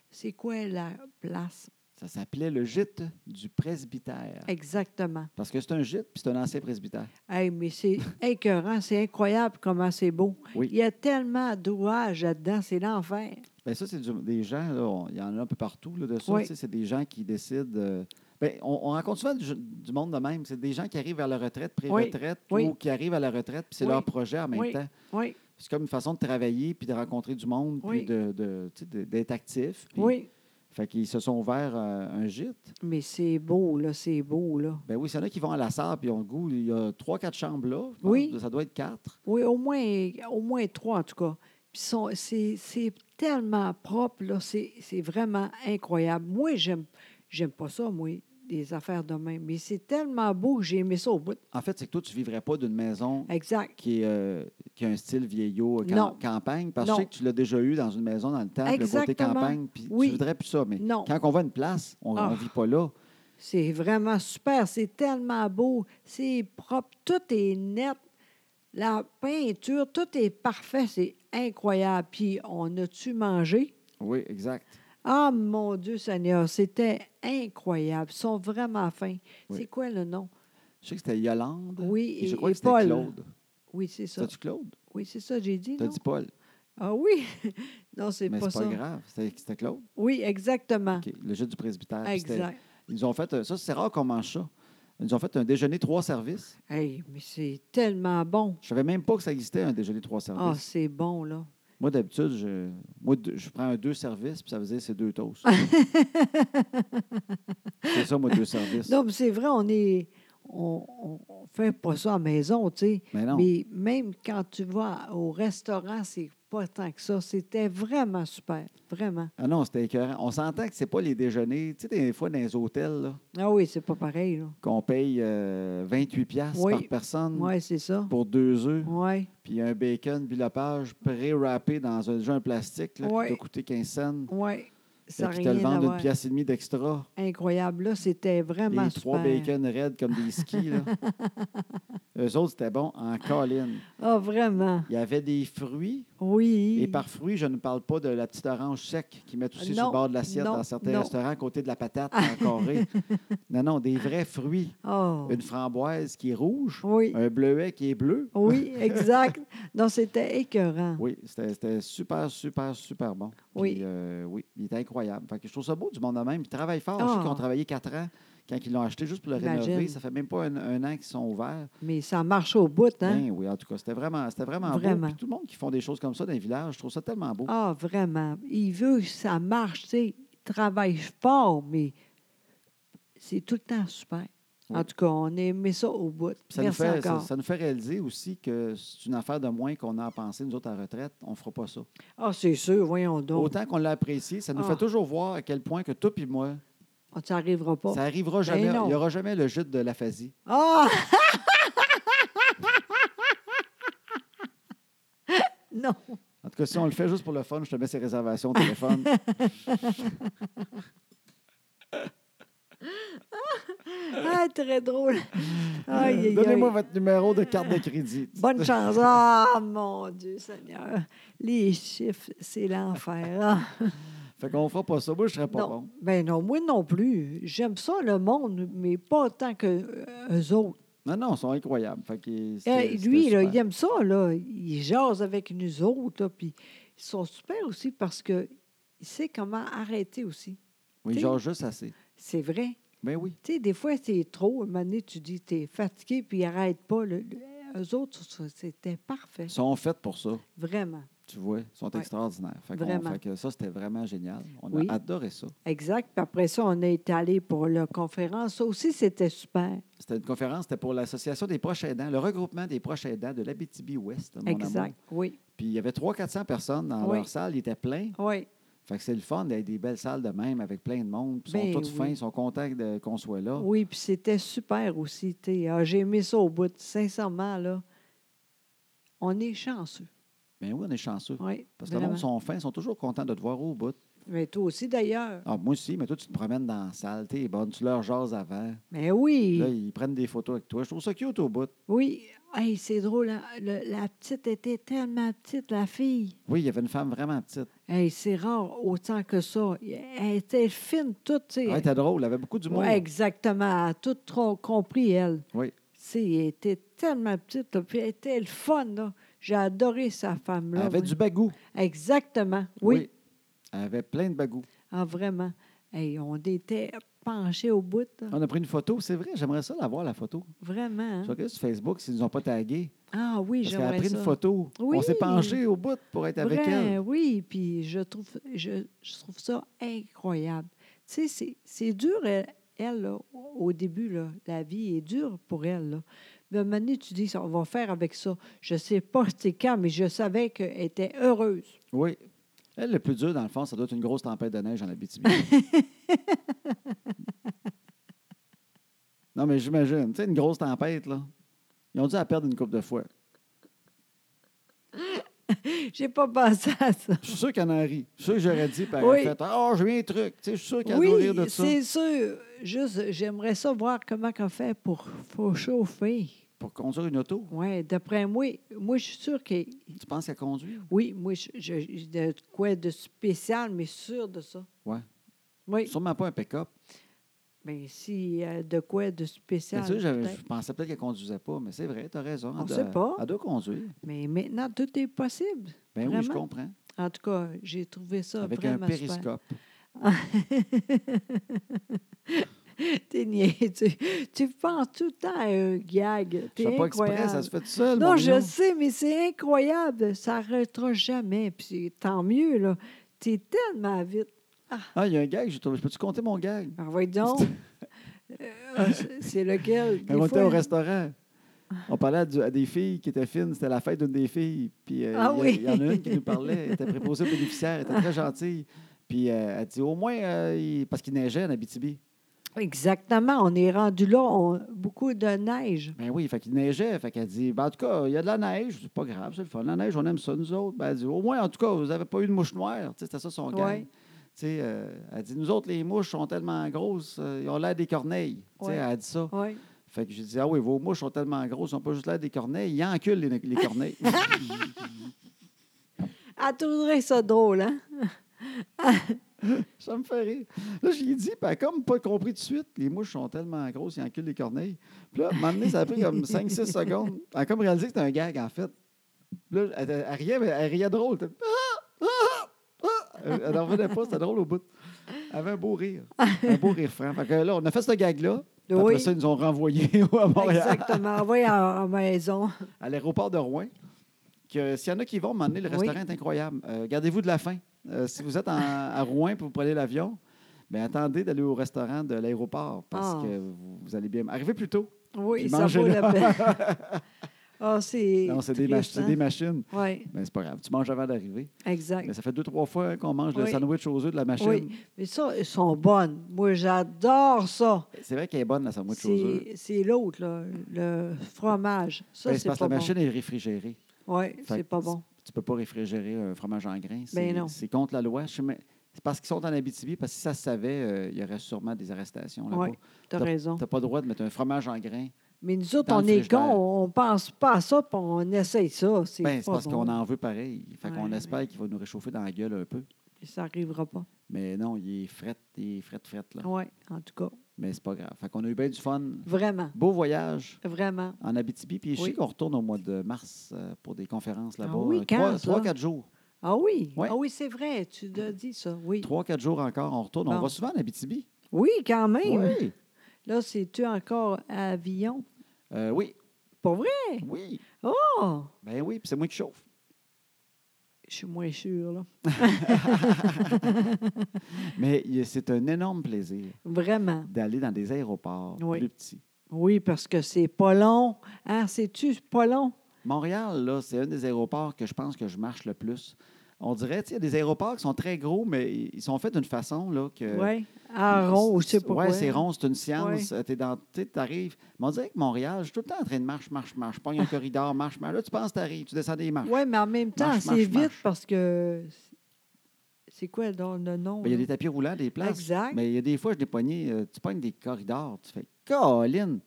B: C'est quoi la place?
A: Ça s'appelait le gîte du presbytère.
B: Exactement.
A: Parce que c'est un gîte, puis c'est un ancien presbytère.
B: Hey, mais c'est
A: *laughs*
B: écœurant, c'est incroyable comment c'est beau.
A: Oui.
B: Il y a tellement d'ouages là-dedans, c'est l'enfer.
A: Bien, ça, c'est du- des gens, là, on- il y en a un peu partout là, de ça.
B: Oui.
A: tu sais, C'est des gens qui décident. euh, ben, on, on rencontre souvent du, du monde de même. C'est des gens qui arrivent à la retraite, pré-retraite,
B: Oui.
A: ou qui arrivent à la retraite, puis c'est
B: Oui.
A: leur projet en même
B: Oui.
A: temps.
B: Oui,
A: C'est comme une façon de travailler, puis de rencontrer du monde, puis
B: Oui.
A: de- de- tu sais, de- d'être actif. puis-
B: oui,
A: Fait qu'ils se sont ouverts euh, un gîte.
B: mais c'est beau, là, c'est beau, là.
A: Ben oui, il y en a qui vont à la salle, puis ils ont le goût. Il y a trois, quatre chambres là. je pense.
B: Oui.
A: Ça doit être quatre.
B: Oui, au moins, au moins trois, en tout cas. Puis sont- c'est c'est tellement propre, là, c'est c'est vraiment incroyable. Moi, j'aime j'aime pas ça, moi, des affaires de même, mais c'est tellement beau que j'ai aimé ça au bout.
A: En fait, c'est que toi, tu ne vivrais pas d'une maison
B: Exact.
A: qui, est, euh, qui a un style vieillot euh, cam-
B: Non.
A: campagne, parce que
B: Non.
A: je sais que tu l'as déjà eu dans une maison dans le temps, puis le côté
B: Exactement.
A: campagne, puis
B: Oui.
A: tu voudrais plus ça. Mais
B: Non.
A: quand on va à une place, on
B: Ah.
A: ne vit pas là.
B: C'est vraiment super, c'est tellement beau, c'est propre, tout est net. La peinture, tout est parfait, c'est incroyable. Puis, on a-tu mangé?
A: Oui, exact.
B: Ah, mon Dieu Seigneur, c'était incroyable. Ils sont vraiment fins.
A: Oui.
B: C'est quoi le nom?
A: Je sais que c'était Yolande.
B: Oui,
A: hein. et je
B: et-
A: crois
B: et
A: que c'était
B: Paul.
A: Claude.
B: Oui, c'est ça.
A: C'était-tu Claude?
B: Oui, c'est ça, j'ai dit.
A: T'as
B: non?
A: dit Paul.
B: Ah oui? *laughs* non, c'est
A: Mais
B: pas,
A: c'est
B: ça.
A: pas grave. C'était c'était Claude.
B: Oui, exactement.
A: OK, Le jeu du presbytère. puis c'était-
B: Exact.
A: Ils nous ont fait. euh, Ça, c'est rare qu'on mange ça. Ils nous ont fait un déjeuner trois services.
B: Hey, mais c'est tellement bon.
A: Je savais même pas que ça existait, un déjeuner trois
B: Ah,
A: services.
B: c'est bon, là.
A: Moi, d'habitude, je, moi, deux- je prends un deux services, puis ça veut dire c'est deux
B: *laughs*
A: toasts. c'est ça, moi, deux services.
B: Non, mais c'est vrai, on est. On, on- on fait pas ça à la maison, tu sais.
A: mais non.
B: Mais même quand tu vas au restaurant, c'est pas tant que ça. C'était vraiment super. Vraiment.
A: Ah non, c'était écœurant. On s'entend que c'est pas les déjeuners. Tu sais, des fois, dans les hôtels, là,
B: Ah oui, c'est pas pareil, là.
A: qu'on paye euh, 28 piastres
B: Oui.
A: par personne
B: Oui, c'est ça.
A: pour deux œufs,
B: Oui.
A: puis un bacon, puis le page pré-wrappé dans un jeu en plastique là,
B: Oui.
A: qui t'a coûté 15 cents.
B: Oui.
A: Et
B: Ça n'a
A: puis, te le
B: rien à
A: vendent une
B: voir.
A: pièce et demie d'extra.
B: Incroyable. Là, c'était vraiment
A: Les
B: super.
A: trois bacon raides comme des skis.
B: *laughs*
A: Là. Eux autres, c'était bon en colline.
B: Ah, vraiment.
A: Il y avait des fruits.
B: Oui.
A: Et par fruits, je ne parle pas de la petite orange sec qu'ils mettent aussi sur
B: Non,
A: le bord de l'assiette
B: non,
A: dans certains
B: non.
A: restaurants à côté de la patate en
B: *laughs*
A: Corée. Non, non, des vrais fruits.
B: Oh.
A: Une framboise qui est rouge,
B: Oui.
A: un bleuet qui est bleu.
B: Oui, exact. non, c'était écœurant.
A: Oui, c'était c'était super, super, super bon.
B: Oui.
A: Puis, euh, oui, il était incroyable. Fait que je trouve ça beau du monde de même. Ils travaillent fort. Je sais
B: Ah.
A: qu'ils ont travaillé quatre ans quand ils l'ont acheté juste pour le
B: Imagine.
A: rénover. Ça fait même pas un, un an qu'ils sont ouverts.
B: Mais ça marche au bout, hein?
A: Ben oui, en tout cas, c'était vraiment, c'était vraiment, beau.
B: Vraiment.
A: Puis tout le monde qui font des choses comme ça dans les villages, je trouve ça tellement beau.
B: Ah, vraiment. Il veut que ça marche, tu sais. Il travaille fort, mais c'est tout le temps super. En
A: Oui.
B: tout cas, on a aimé ça au bout.
A: Puis Ça nous,
B: Merci
A: fait, ça,
B: encore.
A: ça nous fait réaliser aussi que c'est une affaire de moins qu'on a à penser, nous autres, à la retraite. On ne fera pas ça.
B: Ah, c'est sûr, voyons donc.
A: Autant qu'on l'a apprécié, ça nous
B: Ah.
A: fait toujours voir à quel point que toi et moi,
B: On ne arrivera Ah, pas.
A: ça arrivera jamais.
B: Ben non.
A: Il n'y aura jamais le jute de l'aphasie. *laughs*
B: Ah! *laughs* non.
A: En tout cas, si on le fait juste pour le fun, je te mets ses réservations au téléphone.
B: Ah, très drôle. *laughs* Aïe, aïe, aïe.
A: Donnez-moi votre numéro de carte de crédit. *laughs*
B: Bonne chance. Ah, mon Dieu Seigneur. Les chiffres, c'est l'enfer. Ah.
A: Fait qu'on fera pas ça. Moi, je serais pas
B: non.
A: bon.
B: Ben non, moi non plus. J'aime ça, le monde, mais pas autant que euh, eux autres.
A: Non, non, ils sont incroyables. Fait que
B: Euh,
A: c'était-
B: lui,
A: c'était
B: là,
A: super.
B: il aime ça, là. Il jase avec nous autres, là, puis ils sont super aussi parce que il sait comment arrêter aussi.
A: Oui, genre juste assez.
B: C'est vrai.
A: Ben oui.
B: Tu sais, des fois, c'est trop. Un moment donné, tu dis, t'es fatigué, puis ils n'arrêtent pas. Le, le- eux autres, ça, c'était parfait.
A: Ils sont faits pour ça.
B: Vraiment.
A: Tu vois, ils sont
B: Ouais.
A: extraordinaires. Fait qu'on-
B: Vraiment.
A: fait que ça, c'était vraiment génial. On
B: Oui.
A: a adoré ça.
B: Exact. Puis après ça, on est allé pour la conférence. Ça aussi, c'était super.
A: C'était une conférence, c'était pour l'Association des proches aidants, le regroupement des proches aidants de l'Abitibi-Ouest, mon amour.
B: exact. Oui.
A: Puis il y avait 300-400 personnes dans
B: Oui.
A: leur salle, ils étaient pleins.
B: Oui.
A: Fait que c'est le fun d'avoir des belles salles de même avec plein de monde. Puis ils
B: Ben
A: sont tous
B: oui.
A: fins, ils sont contents de- qu'on soit là.
B: Oui, puis c'était super aussi. tu sais. Ah, J'ai aimé ça au bout. Sincèrement, là, on est chanceux.
A: Mais oui, on est chanceux.
B: Oui.
A: Parce que le
B: vraiment.
A: monde sont fins, ils sont toujours contents de te voir au bout.
B: Mais toi aussi, d'ailleurs.
A: Ah, moi aussi, mais toi, tu te promènes dans la salle, t'es bonne, tu leur jases avant.
B: Mais oui.
A: Là, ils prennent des photos avec toi. Je trouve ça cute au bout.
B: Oui. Hey, c'est drôle. hein. Le- la petite était tellement petite, la fille.
A: Oui, il y avait une femme vraiment petite.
B: Hey, c'est rare autant que ça. Elle était fine, toute. tu sais.
A: Ah, Elle était drôle, elle avait beaucoup d'humour.
B: Ouais, exactement. Elle a tout trop compris, elle.
A: Oui.
B: Tu sais, elle était tellement petite, là, puis elle était le fun, là. J'ai adoré sa
A: elle
B: femme-là.
A: avait
B: moi.
A: du bagou.
B: Exactement, oui.
A: Elle avait plein de bagou.
B: Ah, vraiment. Hey, on était penchés au bout, là.
A: On a pris une photo, c'est vrai, j'aimerais ça l'avoir, la photo.
B: Vraiment. hein.
A: Je vais regarder sur Facebook s'ils ne nous ont pas tagué.
B: Ah oui,
A: Parce qu'elle a
B: j'aimerais
A: pris
B: ça.
A: une photo.
B: Oui.
A: On s'est penché au bout pour être avec
B: Vrai,
A: elle.
B: Oui, puis je trouve, je, je trouve ça incroyable. Tu sais, c'est- c'est dur, elle, elle, là, au début, là, la vie est dure pour elle. Là. Mais à un moment donné, tu dis, on va faire avec ça. Je sais pas *laughs* c'est quand, mais je savais qu'elle était heureuse.
A: Oui. Elle, le plus dur, dans le fond, ça doit être une grosse tempête de neige en Abitibi.
B: *laughs*
A: non, mais j'imagine. Tu sais, une grosse tempête, là. Ils ont dû la perdre une coupe de fois.
B: J'ai pas pensé à ça.
A: Je suis sûr qu'elle en rit. Je suis sûr que j'aurais dit, par
B: Oui.
A: fait, « Ah, j'ai eu un truc! » Tu sais, je suis sûr qu'elle doit
B: Oui,
A: rire de ça.
B: c'est sûr. Juste, j'aimerais ça voir comment qu'on fait pour, pour chauffer.
A: Pour conduire une auto,
B: Oui, d'après moi, moi, je suis sûre que...
A: tu penses qu'elle conduit?
B: Oui, moi, je, je- je- de quoi de spécial, mais sûr de ça.
A: Ouais.
B: Oui.
A: Sûrement pas un pick-up.
B: Bien, si euh, de quoi de spécial.
A: Bien sûr, j'avais-
B: peut-être.
A: je pensais peut-être qu'elle ne conduisait pas, mais c'est vrai, tu as raison.
B: On
A: elle
B: sait
A: doit-
B: pas.
A: Elle doit conduire.
B: Mais maintenant, tout est possible.
A: Ben oui, je
B: Vraiment?
A: comprends.
B: En tout cas, j'ai trouvé ça
A: Avec un
B: vraiment
A: périscope.
B: super. *laughs* T'es niais- tu, tu penses tout le temps à un gag.
A: Je ne
B: T'es
A: fais pas exprès,
B: incroyable.
A: ça se fait tout seul. mon
B: non, je
A: mignon.
B: sais, mais c'est incroyable. Ça arrêtera jamais. Puis c'est- tant mieux, là. T'es tellement vite.
A: Ah, il y a un gag, j'ai trouvé. Je peux-tu compter mon gag?
B: Ah, voyons donc.
A: *laughs*
B: Euh, c'est- c'est lequel?
A: Quand
B: Des
A: on était
B: fois,
A: au
B: *laughs*
A: restaurant, on parlait à, du- à des filles qui étaient fines. C'était la fête d'une des filles. Puis euh,
B: Ah
A: il y a-
B: oui.
A: il y en a une qui nous parlait. Elle était préposée aux bénéficiaires. Elle était très gentille. Puis euh, elle dit au moins, euh, il- parce qu'il neigeait en Abitibi.
B: Exactement. On est rendu là. on- beaucoup de neige.
A: Ben oui, fait qu'il neigeait. Fait qu'elle dit, ben, en tout cas, il y a de la neige. C'est pas grave, c'est le fun. La neige, on aime ça, nous autres. Ben, elle dit, au moins, en tout cas, vous n'avez pas eu de mouche noire. Tu sais, C'était ça son gag.
B: Ouais.
A: Tu Tu sais, euh, elle dit Nous autres, les mouches sont tellement grosses, euh, ils ont l'air des corneilles. Tu sais,
B: Ouais.
A: Elle a dit ça.
B: Oui.
A: Fait que j'ai dit Ah oui, vos mouches sont tellement grosses, ils n'ont pas juste l'air des corneilles, ils enculent les, les
B: *laughs*
A: corneilles.
B: Elle trouverait ça drôle, hein?
A: ça me fait rire. Là, je lui ai dit, puis elle a comme pas compris tout de suite. Les mouches sont tellement grosses, ils enculent les corneilles. Puis là, à un moment donné, ça a pris comme 5-6 secondes. Elle a comme réalisé que c'était un gag, en fait. Puis là, elle, elle riait, mais elle riait drôle. Elle était, Ah! Ah! Ah! Elle elle n'en revenait pas, c'était drôle au bout. Elle avait un beau rire. Un beau rire franc. Fait que là, on a fait ce gag-là. Puis Après
B: Oui.
A: ça, ils nous ont renvoyés *laughs* à Montréal
B: Exactement. Oui, en, en maison.
A: à l'aéroport de Rouen. Que s'il y en a qui vont, m'emmener, le
B: Oui.
A: restaurant est incroyable. Euh, Gardez-vous de la faim. Euh, si vous êtes en- à Rouen et vous prenez l'avion, ben attendez d'aller au restaurant de l'aéroport parce
B: Ah.
A: que vous, vous allez bien arriver plus tôt.
B: Oui,
A: Puis
B: ça vaut
A: mangez-le.
B: la peine.
A: *laughs*
B: Ah, c'est.
A: Non, c'est des, mach- c'est des machines.
B: Oui,
A: Ben, c'est pas grave. Tu manges avant d'arriver.
B: exact.
A: Mais ça fait deux, trois fois hein, qu'on mange le
B: Oui.
A: sandwich aux œufs de la machine.
B: Oui, mais ça, elles sont bonnes. Moi, j'adore ça.
A: C'est vrai qu'elle est bonne, la sandwich aux œufs.
B: C'est c'est l'autre, là, le fromage. Ça,
A: Ben, c'est
B: c'est pas
A: parce que la
B: bon.
A: machine est réfrigérée.
B: Oui,
A: Fait
B: c'est
A: que
B: pas bon.
A: Tu peux pas réfrigérer un fromage en grains. C'est
B: Ben, non.
A: c'est contre la loi. Je sais même- C'est parce qu'ils sont en Abitibi, parce que si ça se savait, euh, il y aurait sûrement des arrestations là-bas.
B: Oui, tu as raison.
A: Tu n'as pas le droit de mettre un fromage en grains.
B: Mais nous autres,
A: dans
B: on
A: le
B: est
A: frigidaire.
B: cons, on pense pas à ça, puis on essaye ça. C'est
A: Ben, c'est
B: pas
A: parce
B: bon.
A: qu'on en veut pareil. Fait qu'on
B: Ouais,
A: espère qu'il va nous réchauffer dans la gueule un peu.
B: Ça n'arrivera pas.
A: Mais non, il est fret, il est fret, fret, là.
B: Oui, en tout cas.
A: Mais c'est pas grave. Fait qu'on a eu bien du fun.
B: Vraiment,
A: Beau voyage
B: vraiment.
A: en Abitibi. Puis je sais
B: Oui.
A: qu'on retourne au mois de mars euh, pour des conférences là-bas.
B: Ah oui,
A: Euh,
B: quand,
A: trois,
B: ça?
A: trois, quatre jours.
B: Ah oui,
A: Ouais.
B: ah oui c'est vrai, tu as dit ça. Oui,
A: Trois, quatre jours encore, on retourne. On
B: Bon.
A: va souvent en Abitibi.
B: oui quand même.
A: Oui.
B: Là, c'est-tu encore à Avillon?
A: Euh, oui.
B: Pas vrai?
A: Oui.
B: Oh,
A: Ben oui, puis c'est moi qui chauffe.
B: je suis moins sûre, là.
A: Mais il- c'est un énorme plaisir
B: Vraiment.
A: d'aller dans des aéroports
B: Oui.
A: plus petits.
B: Oui, parce que c'est pas long. Ah, c'est-tu pas long?
A: Montréal, là, c'est un des aéroports que je pense que je marche le plus. On dirait, tu sais, il y a des aéroports qui sont très gros, mais ils sont faits d'une façon, là, que...
B: Oui. À rond, ou je sais pas
A: Euh, Ouais,
B: quoi.
A: c'est rond, c'est une science. Euh, T'es dans, tu sais, t'arrives. Mais on dirait que Montréal, je suis tout le temps en train de marche, marche, marche. Pogne un corridor, marche, marche. Là, tu penses t'arrives, tu descends des marches.
B: Oui, mais en même temps,
A: Marche,
B: c'est
A: marche,
B: vite
A: marche.
B: parce que. C'est quoi dans le nom?
A: Ben, Il y a
B: là?
A: des tapis roulants, des places.
B: Exact.
A: Mais il y a des fois, je l'ai pogné, euh, tu pognes des corridors. Tu fais, Colline!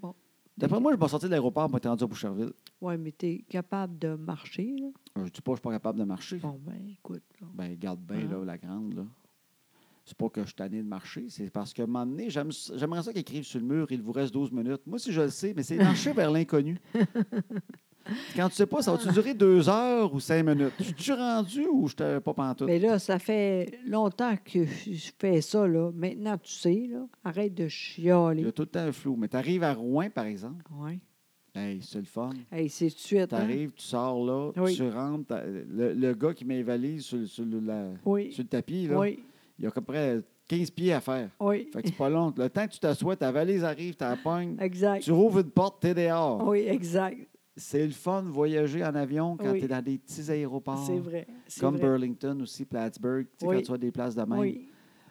B: Bon.
A: D'après moi, je vais sortir de l'aéroport pour être rendu à Boucherville.
B: Oui, mais tu es capable de marcher. Là.
A: Euh, Je dis pas, je suis pas capable de marcher.
B: Bon, ben, écoute. là.
A: Ben, garde bien,
B: Hein?
A: là, la grande, là. C'est pas que je suis tanné de marcher, c'est parce que m'emmener, j'aimerais ça qu'ils écrivent sur le mur, il vous reste 12 minutes. Moi, si je le sais, mais c'est marcher vers
B: *laughs*
A: l'inconnu. Quand tu sais pas, ça va-tu durer deux heures ou cinq minutes? Je suis rendu ou je t'avais pas pantoute?
B: Mais là, ça fait longtemps que je fais ça. Là. Maintenant, tu sais, là, arrête de
A: Il y
B: chialer.
A: a tout le temps un flou. Mais t'arrives à Rouen, par exemple.
B: Oui.
A: Hey, c'est le fun.
B: Hey, c'est tout de suite. hein?
A: T'arrives, tu sors là,
B: Oui.
A: tu rentres. t'as- Le, le gars qui met les valises sur, le- sur le- la-
B: Oui.
A: sur le tapis, là,
B: Oui.
A: il y a à peu près 15 pieds à faire.
B: Oui.
A: Fait que c'est pas long. Le temps que tu t'assois, ta valise arrive, t'as la pognes,
B: Exact.
A: Tu rouvres une porte, t'es dehors.
B: Oui, exact.
A: C'est le fun de voyager en avion quand
B: Oui.
A: t'es dans des petits aéroports.
B: C'est vrai. C'est
A: Comme
B: vrai.
A: Burlington aussi, Plattsburgh, tu sais,
B: Oui.
A: quand tu as des places de même.
B: Oui.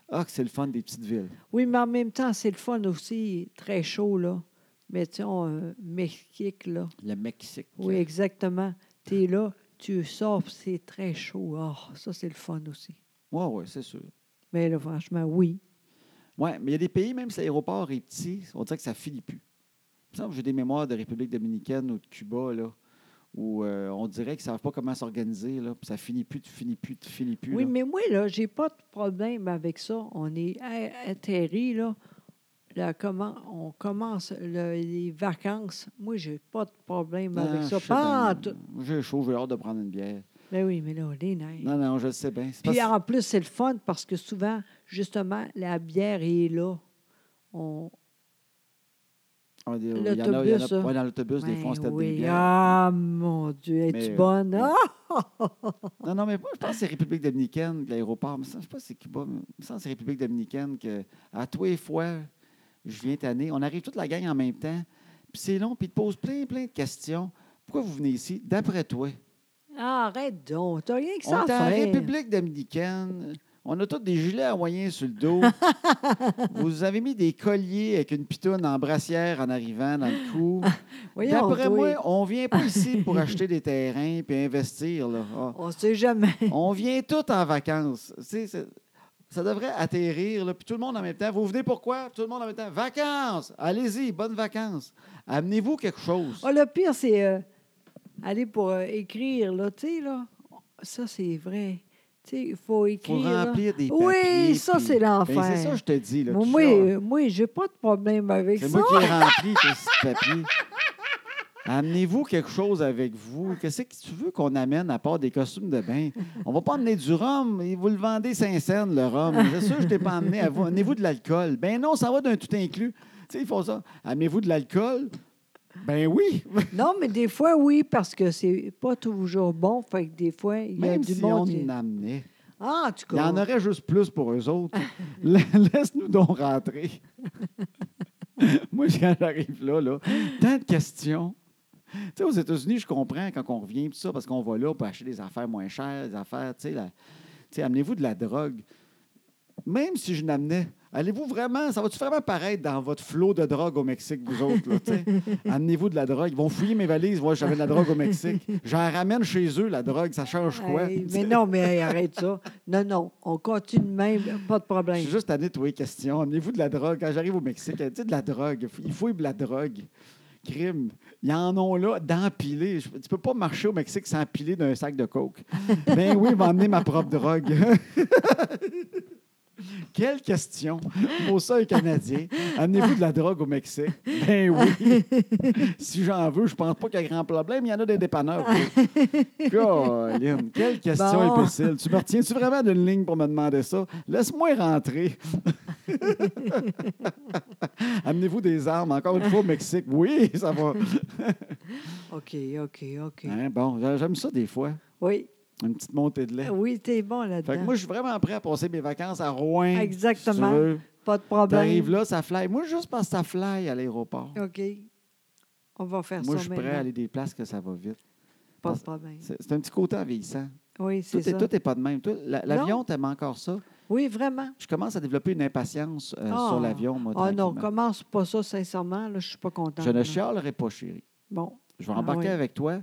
A: Ah, que c'est le fun des petites villes.
B: oui, mais en même temps, c'est le fun aussi. Très chaud, là. Mettons, euh, Mexique, là.
A: Le Mexique.
B: Oui, exactement. Tu es là, tu sors, puis c'est très chaud. Ah, ça, c'est le fun aussi.
A: Oui, oui, c'est sûr.
B: Mais là, franchement, oui.
A: Oui, mais il y a des pays, même si l'aéroport est petit, on dirait que ça finit plus. Il me semble que j'ai des mémoires de République dominicaine ou de Cuba, là, où euh, on dirait qu'ils ne savent pas comment s'organiser, là, puis ça finit plus, tu finis plus, tu finis plus.
B: Oui,
A: là.
B: mais moi, là, j'ai pas de problème avec ça. On est a- atterri, là. Là, comment, on commence le- les vacances. Moi, j'ai pas de problème
A: Ah,
B: Ben, avec
A: je
B: ça.
A: sais
B: Pas en
A: bien.
B: tout.
A: J'ai chaud, j'ai hâte de prendre une bière.
B: Mais oui, mais là, les nerfs.
A: Non, non, je le sais bien. C'est
B: Puis
A: parce-
B: en plus, c'est le fun parce que souvent, justement, la bière est là. On...
A: On dit, Ah, il y en a, il y en
B: L'autobus,
A: a-
B: là.
A: ouais, dans l'autobus, des fois, on se
B: Ben
A: tape des
B: oui.
A: bières.
B: Ah, mon Dieu, es-tu
A: Mais, euh,
B: bonne?
A: oui.
B: Ah!
A: Non, non, mais moi, je pense que c'est République dominicaine, que l'aéroport. mais ça, Je ne sais pas si c'est Cuba, mais je pense que c'est République dominicaine que à tous les fois, je viens tanner. On arrive toute la gang en même temps. Puis c'est long, puis ils te posent plein, plein de questions. Pourquoi vous venez ici? D'après toi.
B: Ah, arrête donc, t'as rien que
A: On
B: ça à
A: est en
B: faire.
A: République dominicaine. On a tous des gilets hawaïens sur le dos.
B: *laughs*
A: vous avez mis des colliers avec une pitoune en brassière en arrivant dans le cou.
B: *laughs* Voyons,
A: D'après
B: toi.
A: moi, on vient pas ici
B: *laughs*
A: pour acheter des terrains puis investir. Là. Ah.
B: on sait jamais.
A: On vient tous en vacances. Tu sais, c'est- Ça devrait atterrir, là, puis tout le monde en même temps. Vous venez pourquoi? Tout le monde en même temps. Vacances! Allez-y, bonnes vacances. Amenez-vous quelque chose.
B: Ah, le pire, c'est euh, aller pour euh, écrire, là, tu sais, là. Ça, c'est vrai. Tu sais, il faut écrire.
A: Faut
B: là.
A: remplir des papiers.
B: Oui, ça,
A: puis-
B: c'est l'enfer.
A: Ben, C'est ça, je te dis. Là,
B: Moi,
A: tu
B: moi,
A: sors.
B: euh, moi, j'ai pas de problème avec
A: C'est
B: ça.
A: moi qui ai rempli tes petits papiers. Amenez-vous quelque chose avec vous. Qu'est-ce que tu veux qu'on amène à part des costumes de bain? On va pas amener du rhum. Et vous le vendez saint cents le rhum. C'est sûr, je t'ai pas amené. à vous. Amenez-vous de l'alcool. Ben non, ça va d'un tout inclus. Tu sais, ils font ça. Amenez-vous de l'alcool? Ben oui.
B: Non, mais des fois, oui, parce que c'est pas toujours bon. Fait que des fois, il y a
A: Même
B: du
A: si on
B: monde. qui-
A: en amenait.
B: Ah, en tout
A: Il y
B: cas.
A: en aurait juste plus pour eux autres. *laughs* Laisse-nous donc rentrer. *laughs* Moi, quand j'arrive là, là, tant de questions. Tu sais, aux États-Unis, je comprends quand on revient, tout ça, parce qu'on va là, on peut acheter des affaires moins chères, des affaires, tu sais, la- tu sais, amenez-vous de la drogue. Même si je n'amenais, allez-vous vraiment, ça va-tu vraiment paraître dans votre flot de drogue au Mexique, vous autres, là, tu
B: *laughs*
A: sais? Amenez-vous de la drogue. Ils vont fouiller mes valises, moi, j'avais de la drogue au Mexique. J'en ramène chez eux, la drogue, ça change quoi?
B: Hey,
A: Tu sais?
B: mais non, mais hey, arrête ça. Non, non, on continue de même, pas de
A: Je
B: problème.
A: suis juste tanné de trouver les questions. Amenez-vous de la drogue. Quand j'arrive au Mexique, elle dit de la drogue. Il faut de la drogue. Crime. Ils en ont là d'empiler. Je- Tu peux pas marcher au Mexique sans piler d'un sac de coke. Ben oui, ils vont emmener ma propre drogue. Quelle question pour ça un Canadien. Amenez-vous de la drogue au Mexique. Ben
B: *laughs*
A: oui. si j'en veux, je pense pas qu'il y a grand problème. Il y en a des
B: *laughs*
A: dépanneurs. oui. Colin, quelle question
B: Bon.
A: imbécile. Tu me retiens-tu vraiment d'une ligne pour me demander ça? Laisse-moi
B: *laughs*
A: rentrer. Amenez-vous des armes. Encore une fois au Mexique. Oui, ça va.
B: OK, OK, OK.
A: Hein, bon, j'a- j'aime ça des fois.
B: Oui,
A: Une petite montée de lait.
B: oui, t'es bon
A: Fait que
B: là-dedans.
A: moi, je suis vraiment prêt à passer mes vacances à Rouen.
B: Exactement.
A: si tu veux.
B: Pas de problème.
A: T'arrives là, ça fly. Moi, juste parce que ça fly à l'aéroport.
B: OK. On va faire
A: Moi, je
B: ça
A: suis
B: maintenant.
A: prêt à aller des places que ça va vite.
B: Pas de problème.
A: C'est c'est un petit côté en vieillissant.
B: Oui,
A: Tout
B: c'est
A: est,
B: ça.
A: tout est pas de même. Toi, la- L'avion, t'aimes encore ça.
B: Oui, vraiment.
A: Je commence à développer une impatience euh,
B: Ah.
A: sur l'avion, moi,
B: Ah non,
A: tranquillement.
B: commence pas ça, sincèrement. Là, je suis pas contente.
A: Je ne
B: là.
A: chialerai pas, chérie.
B: Bon,
A: Je vais
B: Ah,
A: embarquer
B: oui.
A: avec toi.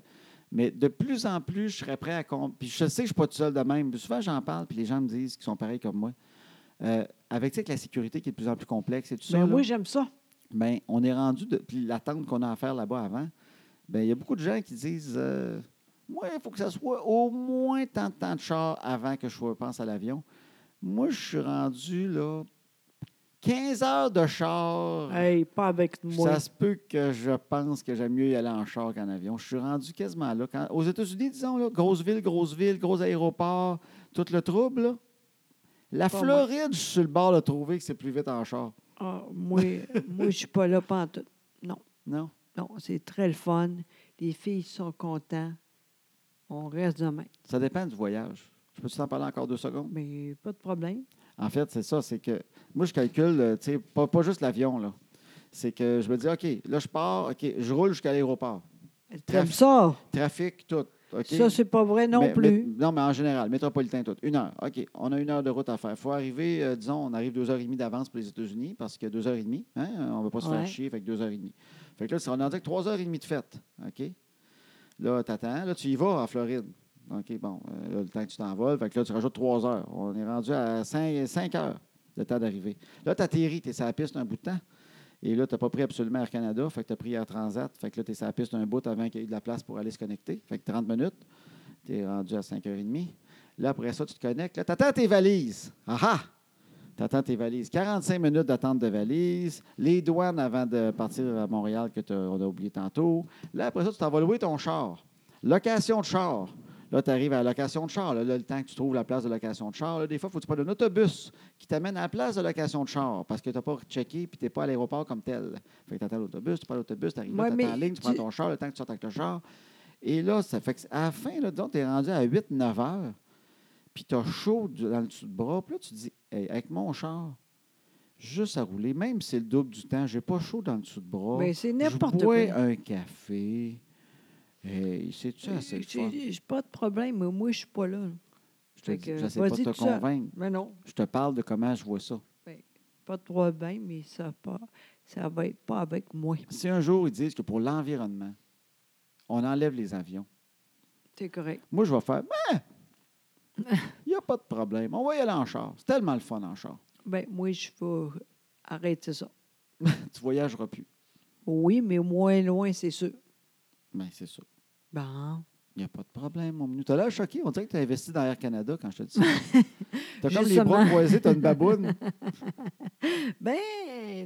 A: Mais de plus en plus, je serais prêt à... com- Puis je sais que je ne suis pas tout seul de même. Souvent, j'en parle, puis les gens me disent qu'ils sont pareils comme moi. Euh, avec, tu sais, que la sécurité qui est de plus en plus complexe et tout ça,
B: mais
A: là,
B: ben, moi, j'aime ça.
A: ben, on est rendu, de, puis l'attente qu'on a à faire là-bas avant, ben, il y a beaucoup de gens qui disent euh, Moi, il faut que ça soit au moins tant de temps de char avant que je repense à l'avion. Moi, je suis rendu là 15 heures de char.
B: Hey, pas avec moi.
A: Ça se peut que je pense que j'aime mieux y aller en char qu'en avion. Je suis rendu quasiment là. Quand- aux États-Unis, disons, là, grosse ville, grosse ville, gros aéroport, tout le trouble. là. La
B: Pas moi.
A: Floride, je suis sur le bord de trouver que c'est plus vite en char.
B: Ah,
A: *laughs*
B: moi, moi, je suis pas là pas en tout.
A: Non?
B: Non, c'est très le fun. Les filles sont contentes. On reste demain.
A: Ça dépend du voyage. Je peux t'en parler encore deux secondes?
B: Mais pas de problème.
A: En fait, c'est ça, c'est que moi, je calcule, euh, tu sais, pas, pas juste l'avion, là. C'est que je me dis, OK, là, je pars, OK, je roule jusqu'à l'aéroport.
B: Comme ça.
A: Trafic, tout. OK?
B: Ça, c'est pas vrai non
A: Mais-
B: plus.
A: mais- non, mais en général, métropolitain, tout. Une heure. OK, on a une heure de route à faire. Il faut arriver, euh, disons, on arrive deux heures et demie d'avance pour les États-Unis parce que deux heures et demie, hein, on ne va pas se
B: Ouais.
A: faire chier, fait que deux heures et demie. Fait que là, on en dit que trois heures et demie de fête. OK? Là, tu attends. Là, tu y vas en Floride. OK, bon, euh, là, le temps que tu t'envoles, fait que là, tu rajoutes trois heures. On est rendu à cinq, cinq heures le temps d'arriver. Là, tu atterris, tu es sur la piste un bout de temps. Et là, tu n'as pas pris absolument Air Canada, fait que tu as pris Air Transat, fait que là, tu es sur la piste un bout avant qu'il y ait de la place pour aller se connecter. Fait que 30 minutes, tu es rendu à 5h30. Là, après ça, tu te connectes. Là, tu attends tes valises. Ah ah! Tu attends tes valises. 45 minutes d'attente de valises. Les douanes avant de partir à Montréal que t'as- on a oublié tantôt. Là, après ça, tu t'en vas louer ton char. Location de char. Là, tu arrives à la location de char. Là, là, le temps que tu trouves la place de location de char, là, des fois, il faut que tu prennes un autobus qui t'amène à la place de location de char parce que tu n'as pas checké puis tu n'es pas à l'aéroport comme tel. Fait que tu attends l'autobus, tu prends l'autobus, tu arrives
B: Ouais,
A: là,
B: mais
A: t'attends en ligne, tu
B: tu-
A: prends ton char, le temps que tu sortes avec le char. Et là, ça fait que à la fin, là, disons, tu es rendu à 8-9 heures, puis tu as chaud du- dans le dessous de bras, puis là, tu te dis, Hey, avec mon char, juste à rouler, même si c'est le double du temps, j'ai pas chaud dans le dessous de bras.
B: Mais c'est
A: Je
B: n'importe quoi.
A: bois un café. Hey, c'est-tu assez le fun?
B: J'ai j'ai pas de problème. mais Moi, je suis pas là.
A: Je te
B: fait
A: dis,
B: que,
A: j'essaie pas de
B: vas-y
A: te
B: tout seul.
A: convaincre.
B: Mais non,
A: Je te parle de comment je vois ça.
B: pas de problème, mais ça, pas, ça va être pas avec moi.
A: Si un jour ils disent que pour l'environnement, on enlève les avions,
B: C'est correct. *laughs*
A: moi je vais faire Ben, Il n'y a pas de problème. On va y aller en char. C'est tellement le fun en char.
B: Ben, moi, je vais arrêter ça.
A: Tu voyageras plus.
B: Oui, mais moins loin, c'est sûr.
A: Mais Ben, c'est ça.
B: Bon.
A: Il n'y a pas de problème, mon minou. T'as l'air choqué. On dirait que tu as investi dans Air Canada quand je te dis
B: *laughs*
A: ça. T'as comme les
B: Justement.
A: bras croisés, t'as une
B: *laughs*
A: baboune.
B: Ben,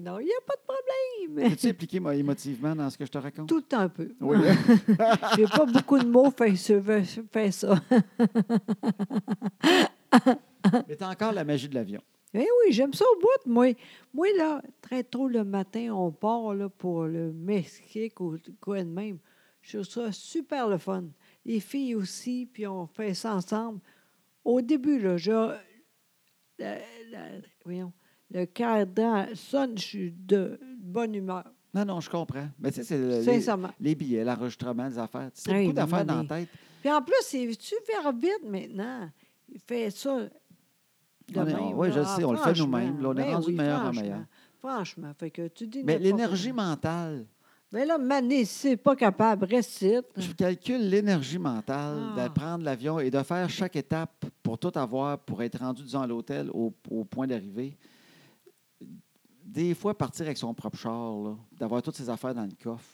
B: non, il n'y a pas de problème.
A: Peux-tu impliquer moi, émotivement dans ce que je te raconte?
B: Tout le temps un peu.
A: Oui.
B: J'ai pas beaucoup de mots, fait, je veux- je fais ça.
A: *laughs* Mais t'as encore la magie de l'avion.
B: Eh oui, j'aime ça au bout. Moi, moi, là, très tôt le matin, on part là, pour le Mexique ou quoi de même. Je trouve ça super le fun. Les filles aussi, puis on fait ça ensemble. Au début, là, je, la- la- voyons, le cadran sonne, je suis de bonne humeur,
A: Non, non, je comprends. Mais tu sais, c'est le- les,
B: sincèrement.
A: les billets, l'enregistrement des affaires. Tu sais,
B: Hey,
A: beaucoup d'affaires dans
B: maman,
A: la tête.
B: Puis en plus, c'est super vite maintenant. Il fait ça. de
A: On est-
B: même,
A: oui, je
B: là.
A: le sais, on le fait
B: Ah, ben, franchement,
A: nous-mêmes, là, on est
B: ben
A: rendu de meilleur en
B: franchement.
A: meilleur.
B: Franchement, fait que tu dis.
A: Mais
B: n'importe
A: l'énergie
B: quoi.
A: mentale,
B: Mais là, Mané, si c'est pas capable, reste
A: je calcule l'énergie mentale
B: Mm.
A: de
B: Ah.
A: prendre l'avion et de faire chaque étape pour tout avoir, pour être rendu, disons, à l'hôtel au, au point d'arrivée. Des fois, partir avec son propre char, là, d'avoir toutes ses affaires dans le coffre,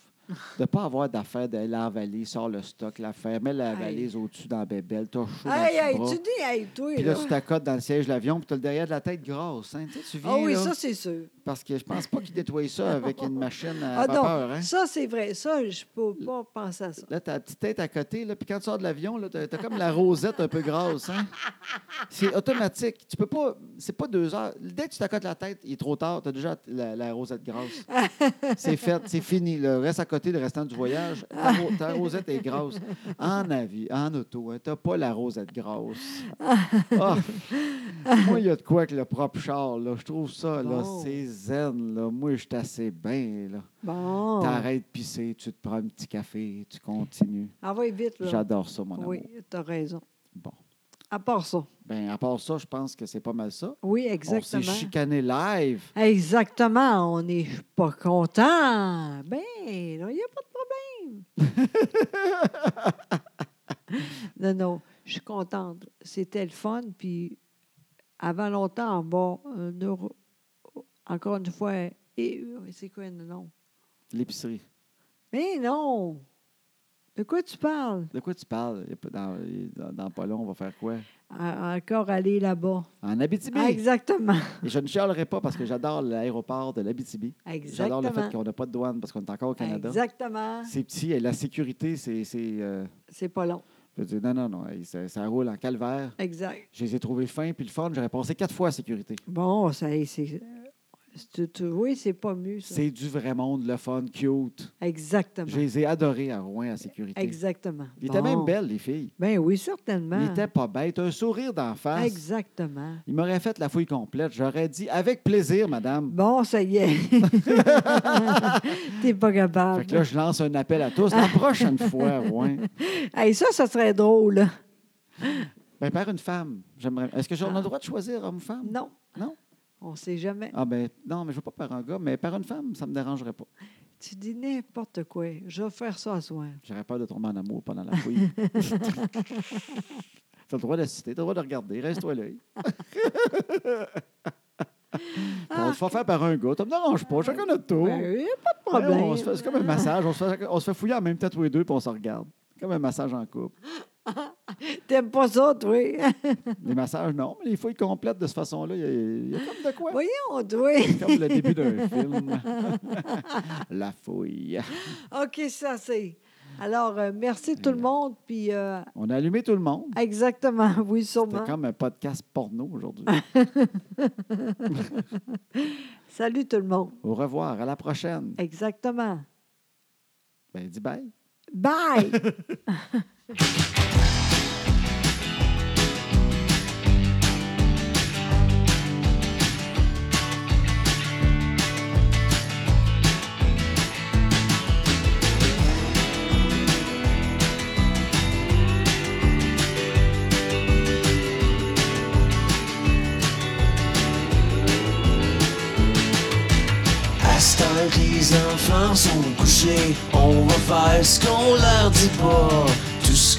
A: de ne pas avoir d'affaires d'aller à la vallée, sort le stock, l'affaire, mets la
B: Aïe.
A: valise au-dessus dans la bébelle, t'as chaud dans tes
B: Hey, hey,
A: bras.
B: tu dis, hey, toi,
A: Puis
B: là.
A: là, tu t'accotes dans le siège de l'avion, puis tu as le derrière de la tête grasse. hein. Tu, sais, tu viens,
B: ah oui,
A: là,
B: ça, c'est sûr.
A: parce que je pense pas qu'ils nettoyaient
B: *laughs*
A: ça avec une machine à
B: Ah non,
A: vapeur. hein.
B: Ça, c'est vrai. Ça, je peux pas penser à ça.
A: Là, t'as la petite tête à côté, là, puis quand tu sors de l'avion, là, t'as, t'as comme la rosette un peu grasse, hein? C'est automatique. Tu peux pas. C'est pas deux heures. Dès que tu t'accotes la tête, il est trop tard. T'as déjà la, la rosette grasse. C'est fait, c'est fini. Le reste à côté, le restant du voyage, ta, ro- ta rosette est grasse. En avis, en auto, hein, t'as pas la rosette grasse. Ah! Moi, il y a de quoi que le propre char, là. Je trouve ça, là,
B: Bon.
A: c'est zen, là. Moi, je suis assez bien, là.
B: Bon.
A: T'arrêtes de pisser, tu te prends un petit café, tu continues.
B: Ah oui, vite, là.
A: J'adore ça, mon amour.
B: Oui, t'as raison.
A: Bon.
B: À part ça.
A: Ben, à part ça, je pense que c'est pas mal ça.
B: Oui,
A: On s'est
B: exactement.
A: chicané live.
B: Exactement, on n'est pas content. Ben, il n'y a pas de problème. *laughs* non, non, je suis contente. C'était le fun, puis avant longtemps, bon, un euro- encore une fois, et euh, c'est quoi le nom?
A: L'épicerie.
B: Mais non! De quoi tu parles?
A: De quoi tu parles? Y a pas- Dans, dans, dans pas long, on va faire quoi?
B: À- encore aller là-bas.
A: En Abitibi.
B: Ah, exactement.
A: Et je ne chialerai pas parce que j'adore l'aéroport de l'Abitibi. J'adore
B: Exactement.
A: le fait qu'on n'a pas de douane parce qu'on est encore au Canada.
B: Exactement.
A: C'est petit et la sécurité, c'est. c'est, euh,
B: C'est pas long.
A: je veux dire, non, non, non. hey, Ça, ça roule en calvaire.
B: Exact.
A: Je les ai trouvés fins puis le fun. J'aurais passé quatre fois à sécurité.
B: Bon, ça, c'est. c'est- Tu, tu vois, c'est pas mieux, ça.
A: C'est du vrai monde, le fun, cute. Je
B: Exactement.
A: les ai adorés à Rouen à sécurité.
B: Exactement.
A: Ils étaient
B: Bon.
A: même belles, les filles.
B: Ben oui,
A: Il
B: certainement.
A: était pas bête. Un sourire d'en face.
B: Exactement.
A: Il m'aurait fait la fouille complète. J'aurais dit avec plaisir, madame.
B: Bon, ça
A: *laughs*
B: y est. T'es pas capable.
A: Fait que là, je lance un appel à tous. La prochaine fois, ouais.
B: Hey, ça, ça serait drôle.
A: Ben, par une femme. J'aimerais. Est-ce que j'ai on a
B: Ah.
A: le droit de choisir homme ou femme?
B: Non.
A: Non?
B: On sait jamais.
A: Ah ben non, mais je veux pas par un gars, mais par une femme, ça me dérangerait pas.
B: Tu dis n'importe quoi. Je vais faire ça à soir.
A: J'aurais peur de tomber en amour pendant la fouille. T'as le droit d'assister, t'as le droit de regarder, reste-toi l'œil. on se fait faire par un gars, ça me dérange pas, chacun notre tour.
B: Ben, y a pas de
A: Ouais,
B: problème.
A: Oh. on se fait- C'est comme un massage. On se, fait, on se fait fouiller en même temps tous les deux, puis on se regarde. Comme un massage en couple.
B: T'aimes pas ça, toi? *laughs*
A: Les massages, non, mais les fouilles complètes de cette façon-là, il y a- il y, a comme de quoi.
B: Voyons, Oh, toi.
A: C'est comme le début d'un film. *laughs* La fouille.
B: OK, ça, c'est. Alors, euh, merci tout le monde. Puis, euh,
A: On a allumé tout le monde.
B: exactement. Oui, sûrement.
A: C'était comme un podcast porno aujourd'hui.
B: Salut tout le monde.
A: Au revoir, à la prochaine.
B: Exactement.
A: Ben, dis bye.
B: Bye!
C: À ce temps que les enfants sont couchés, on va faire ce qu'on leur dit pas. Tout Tout ce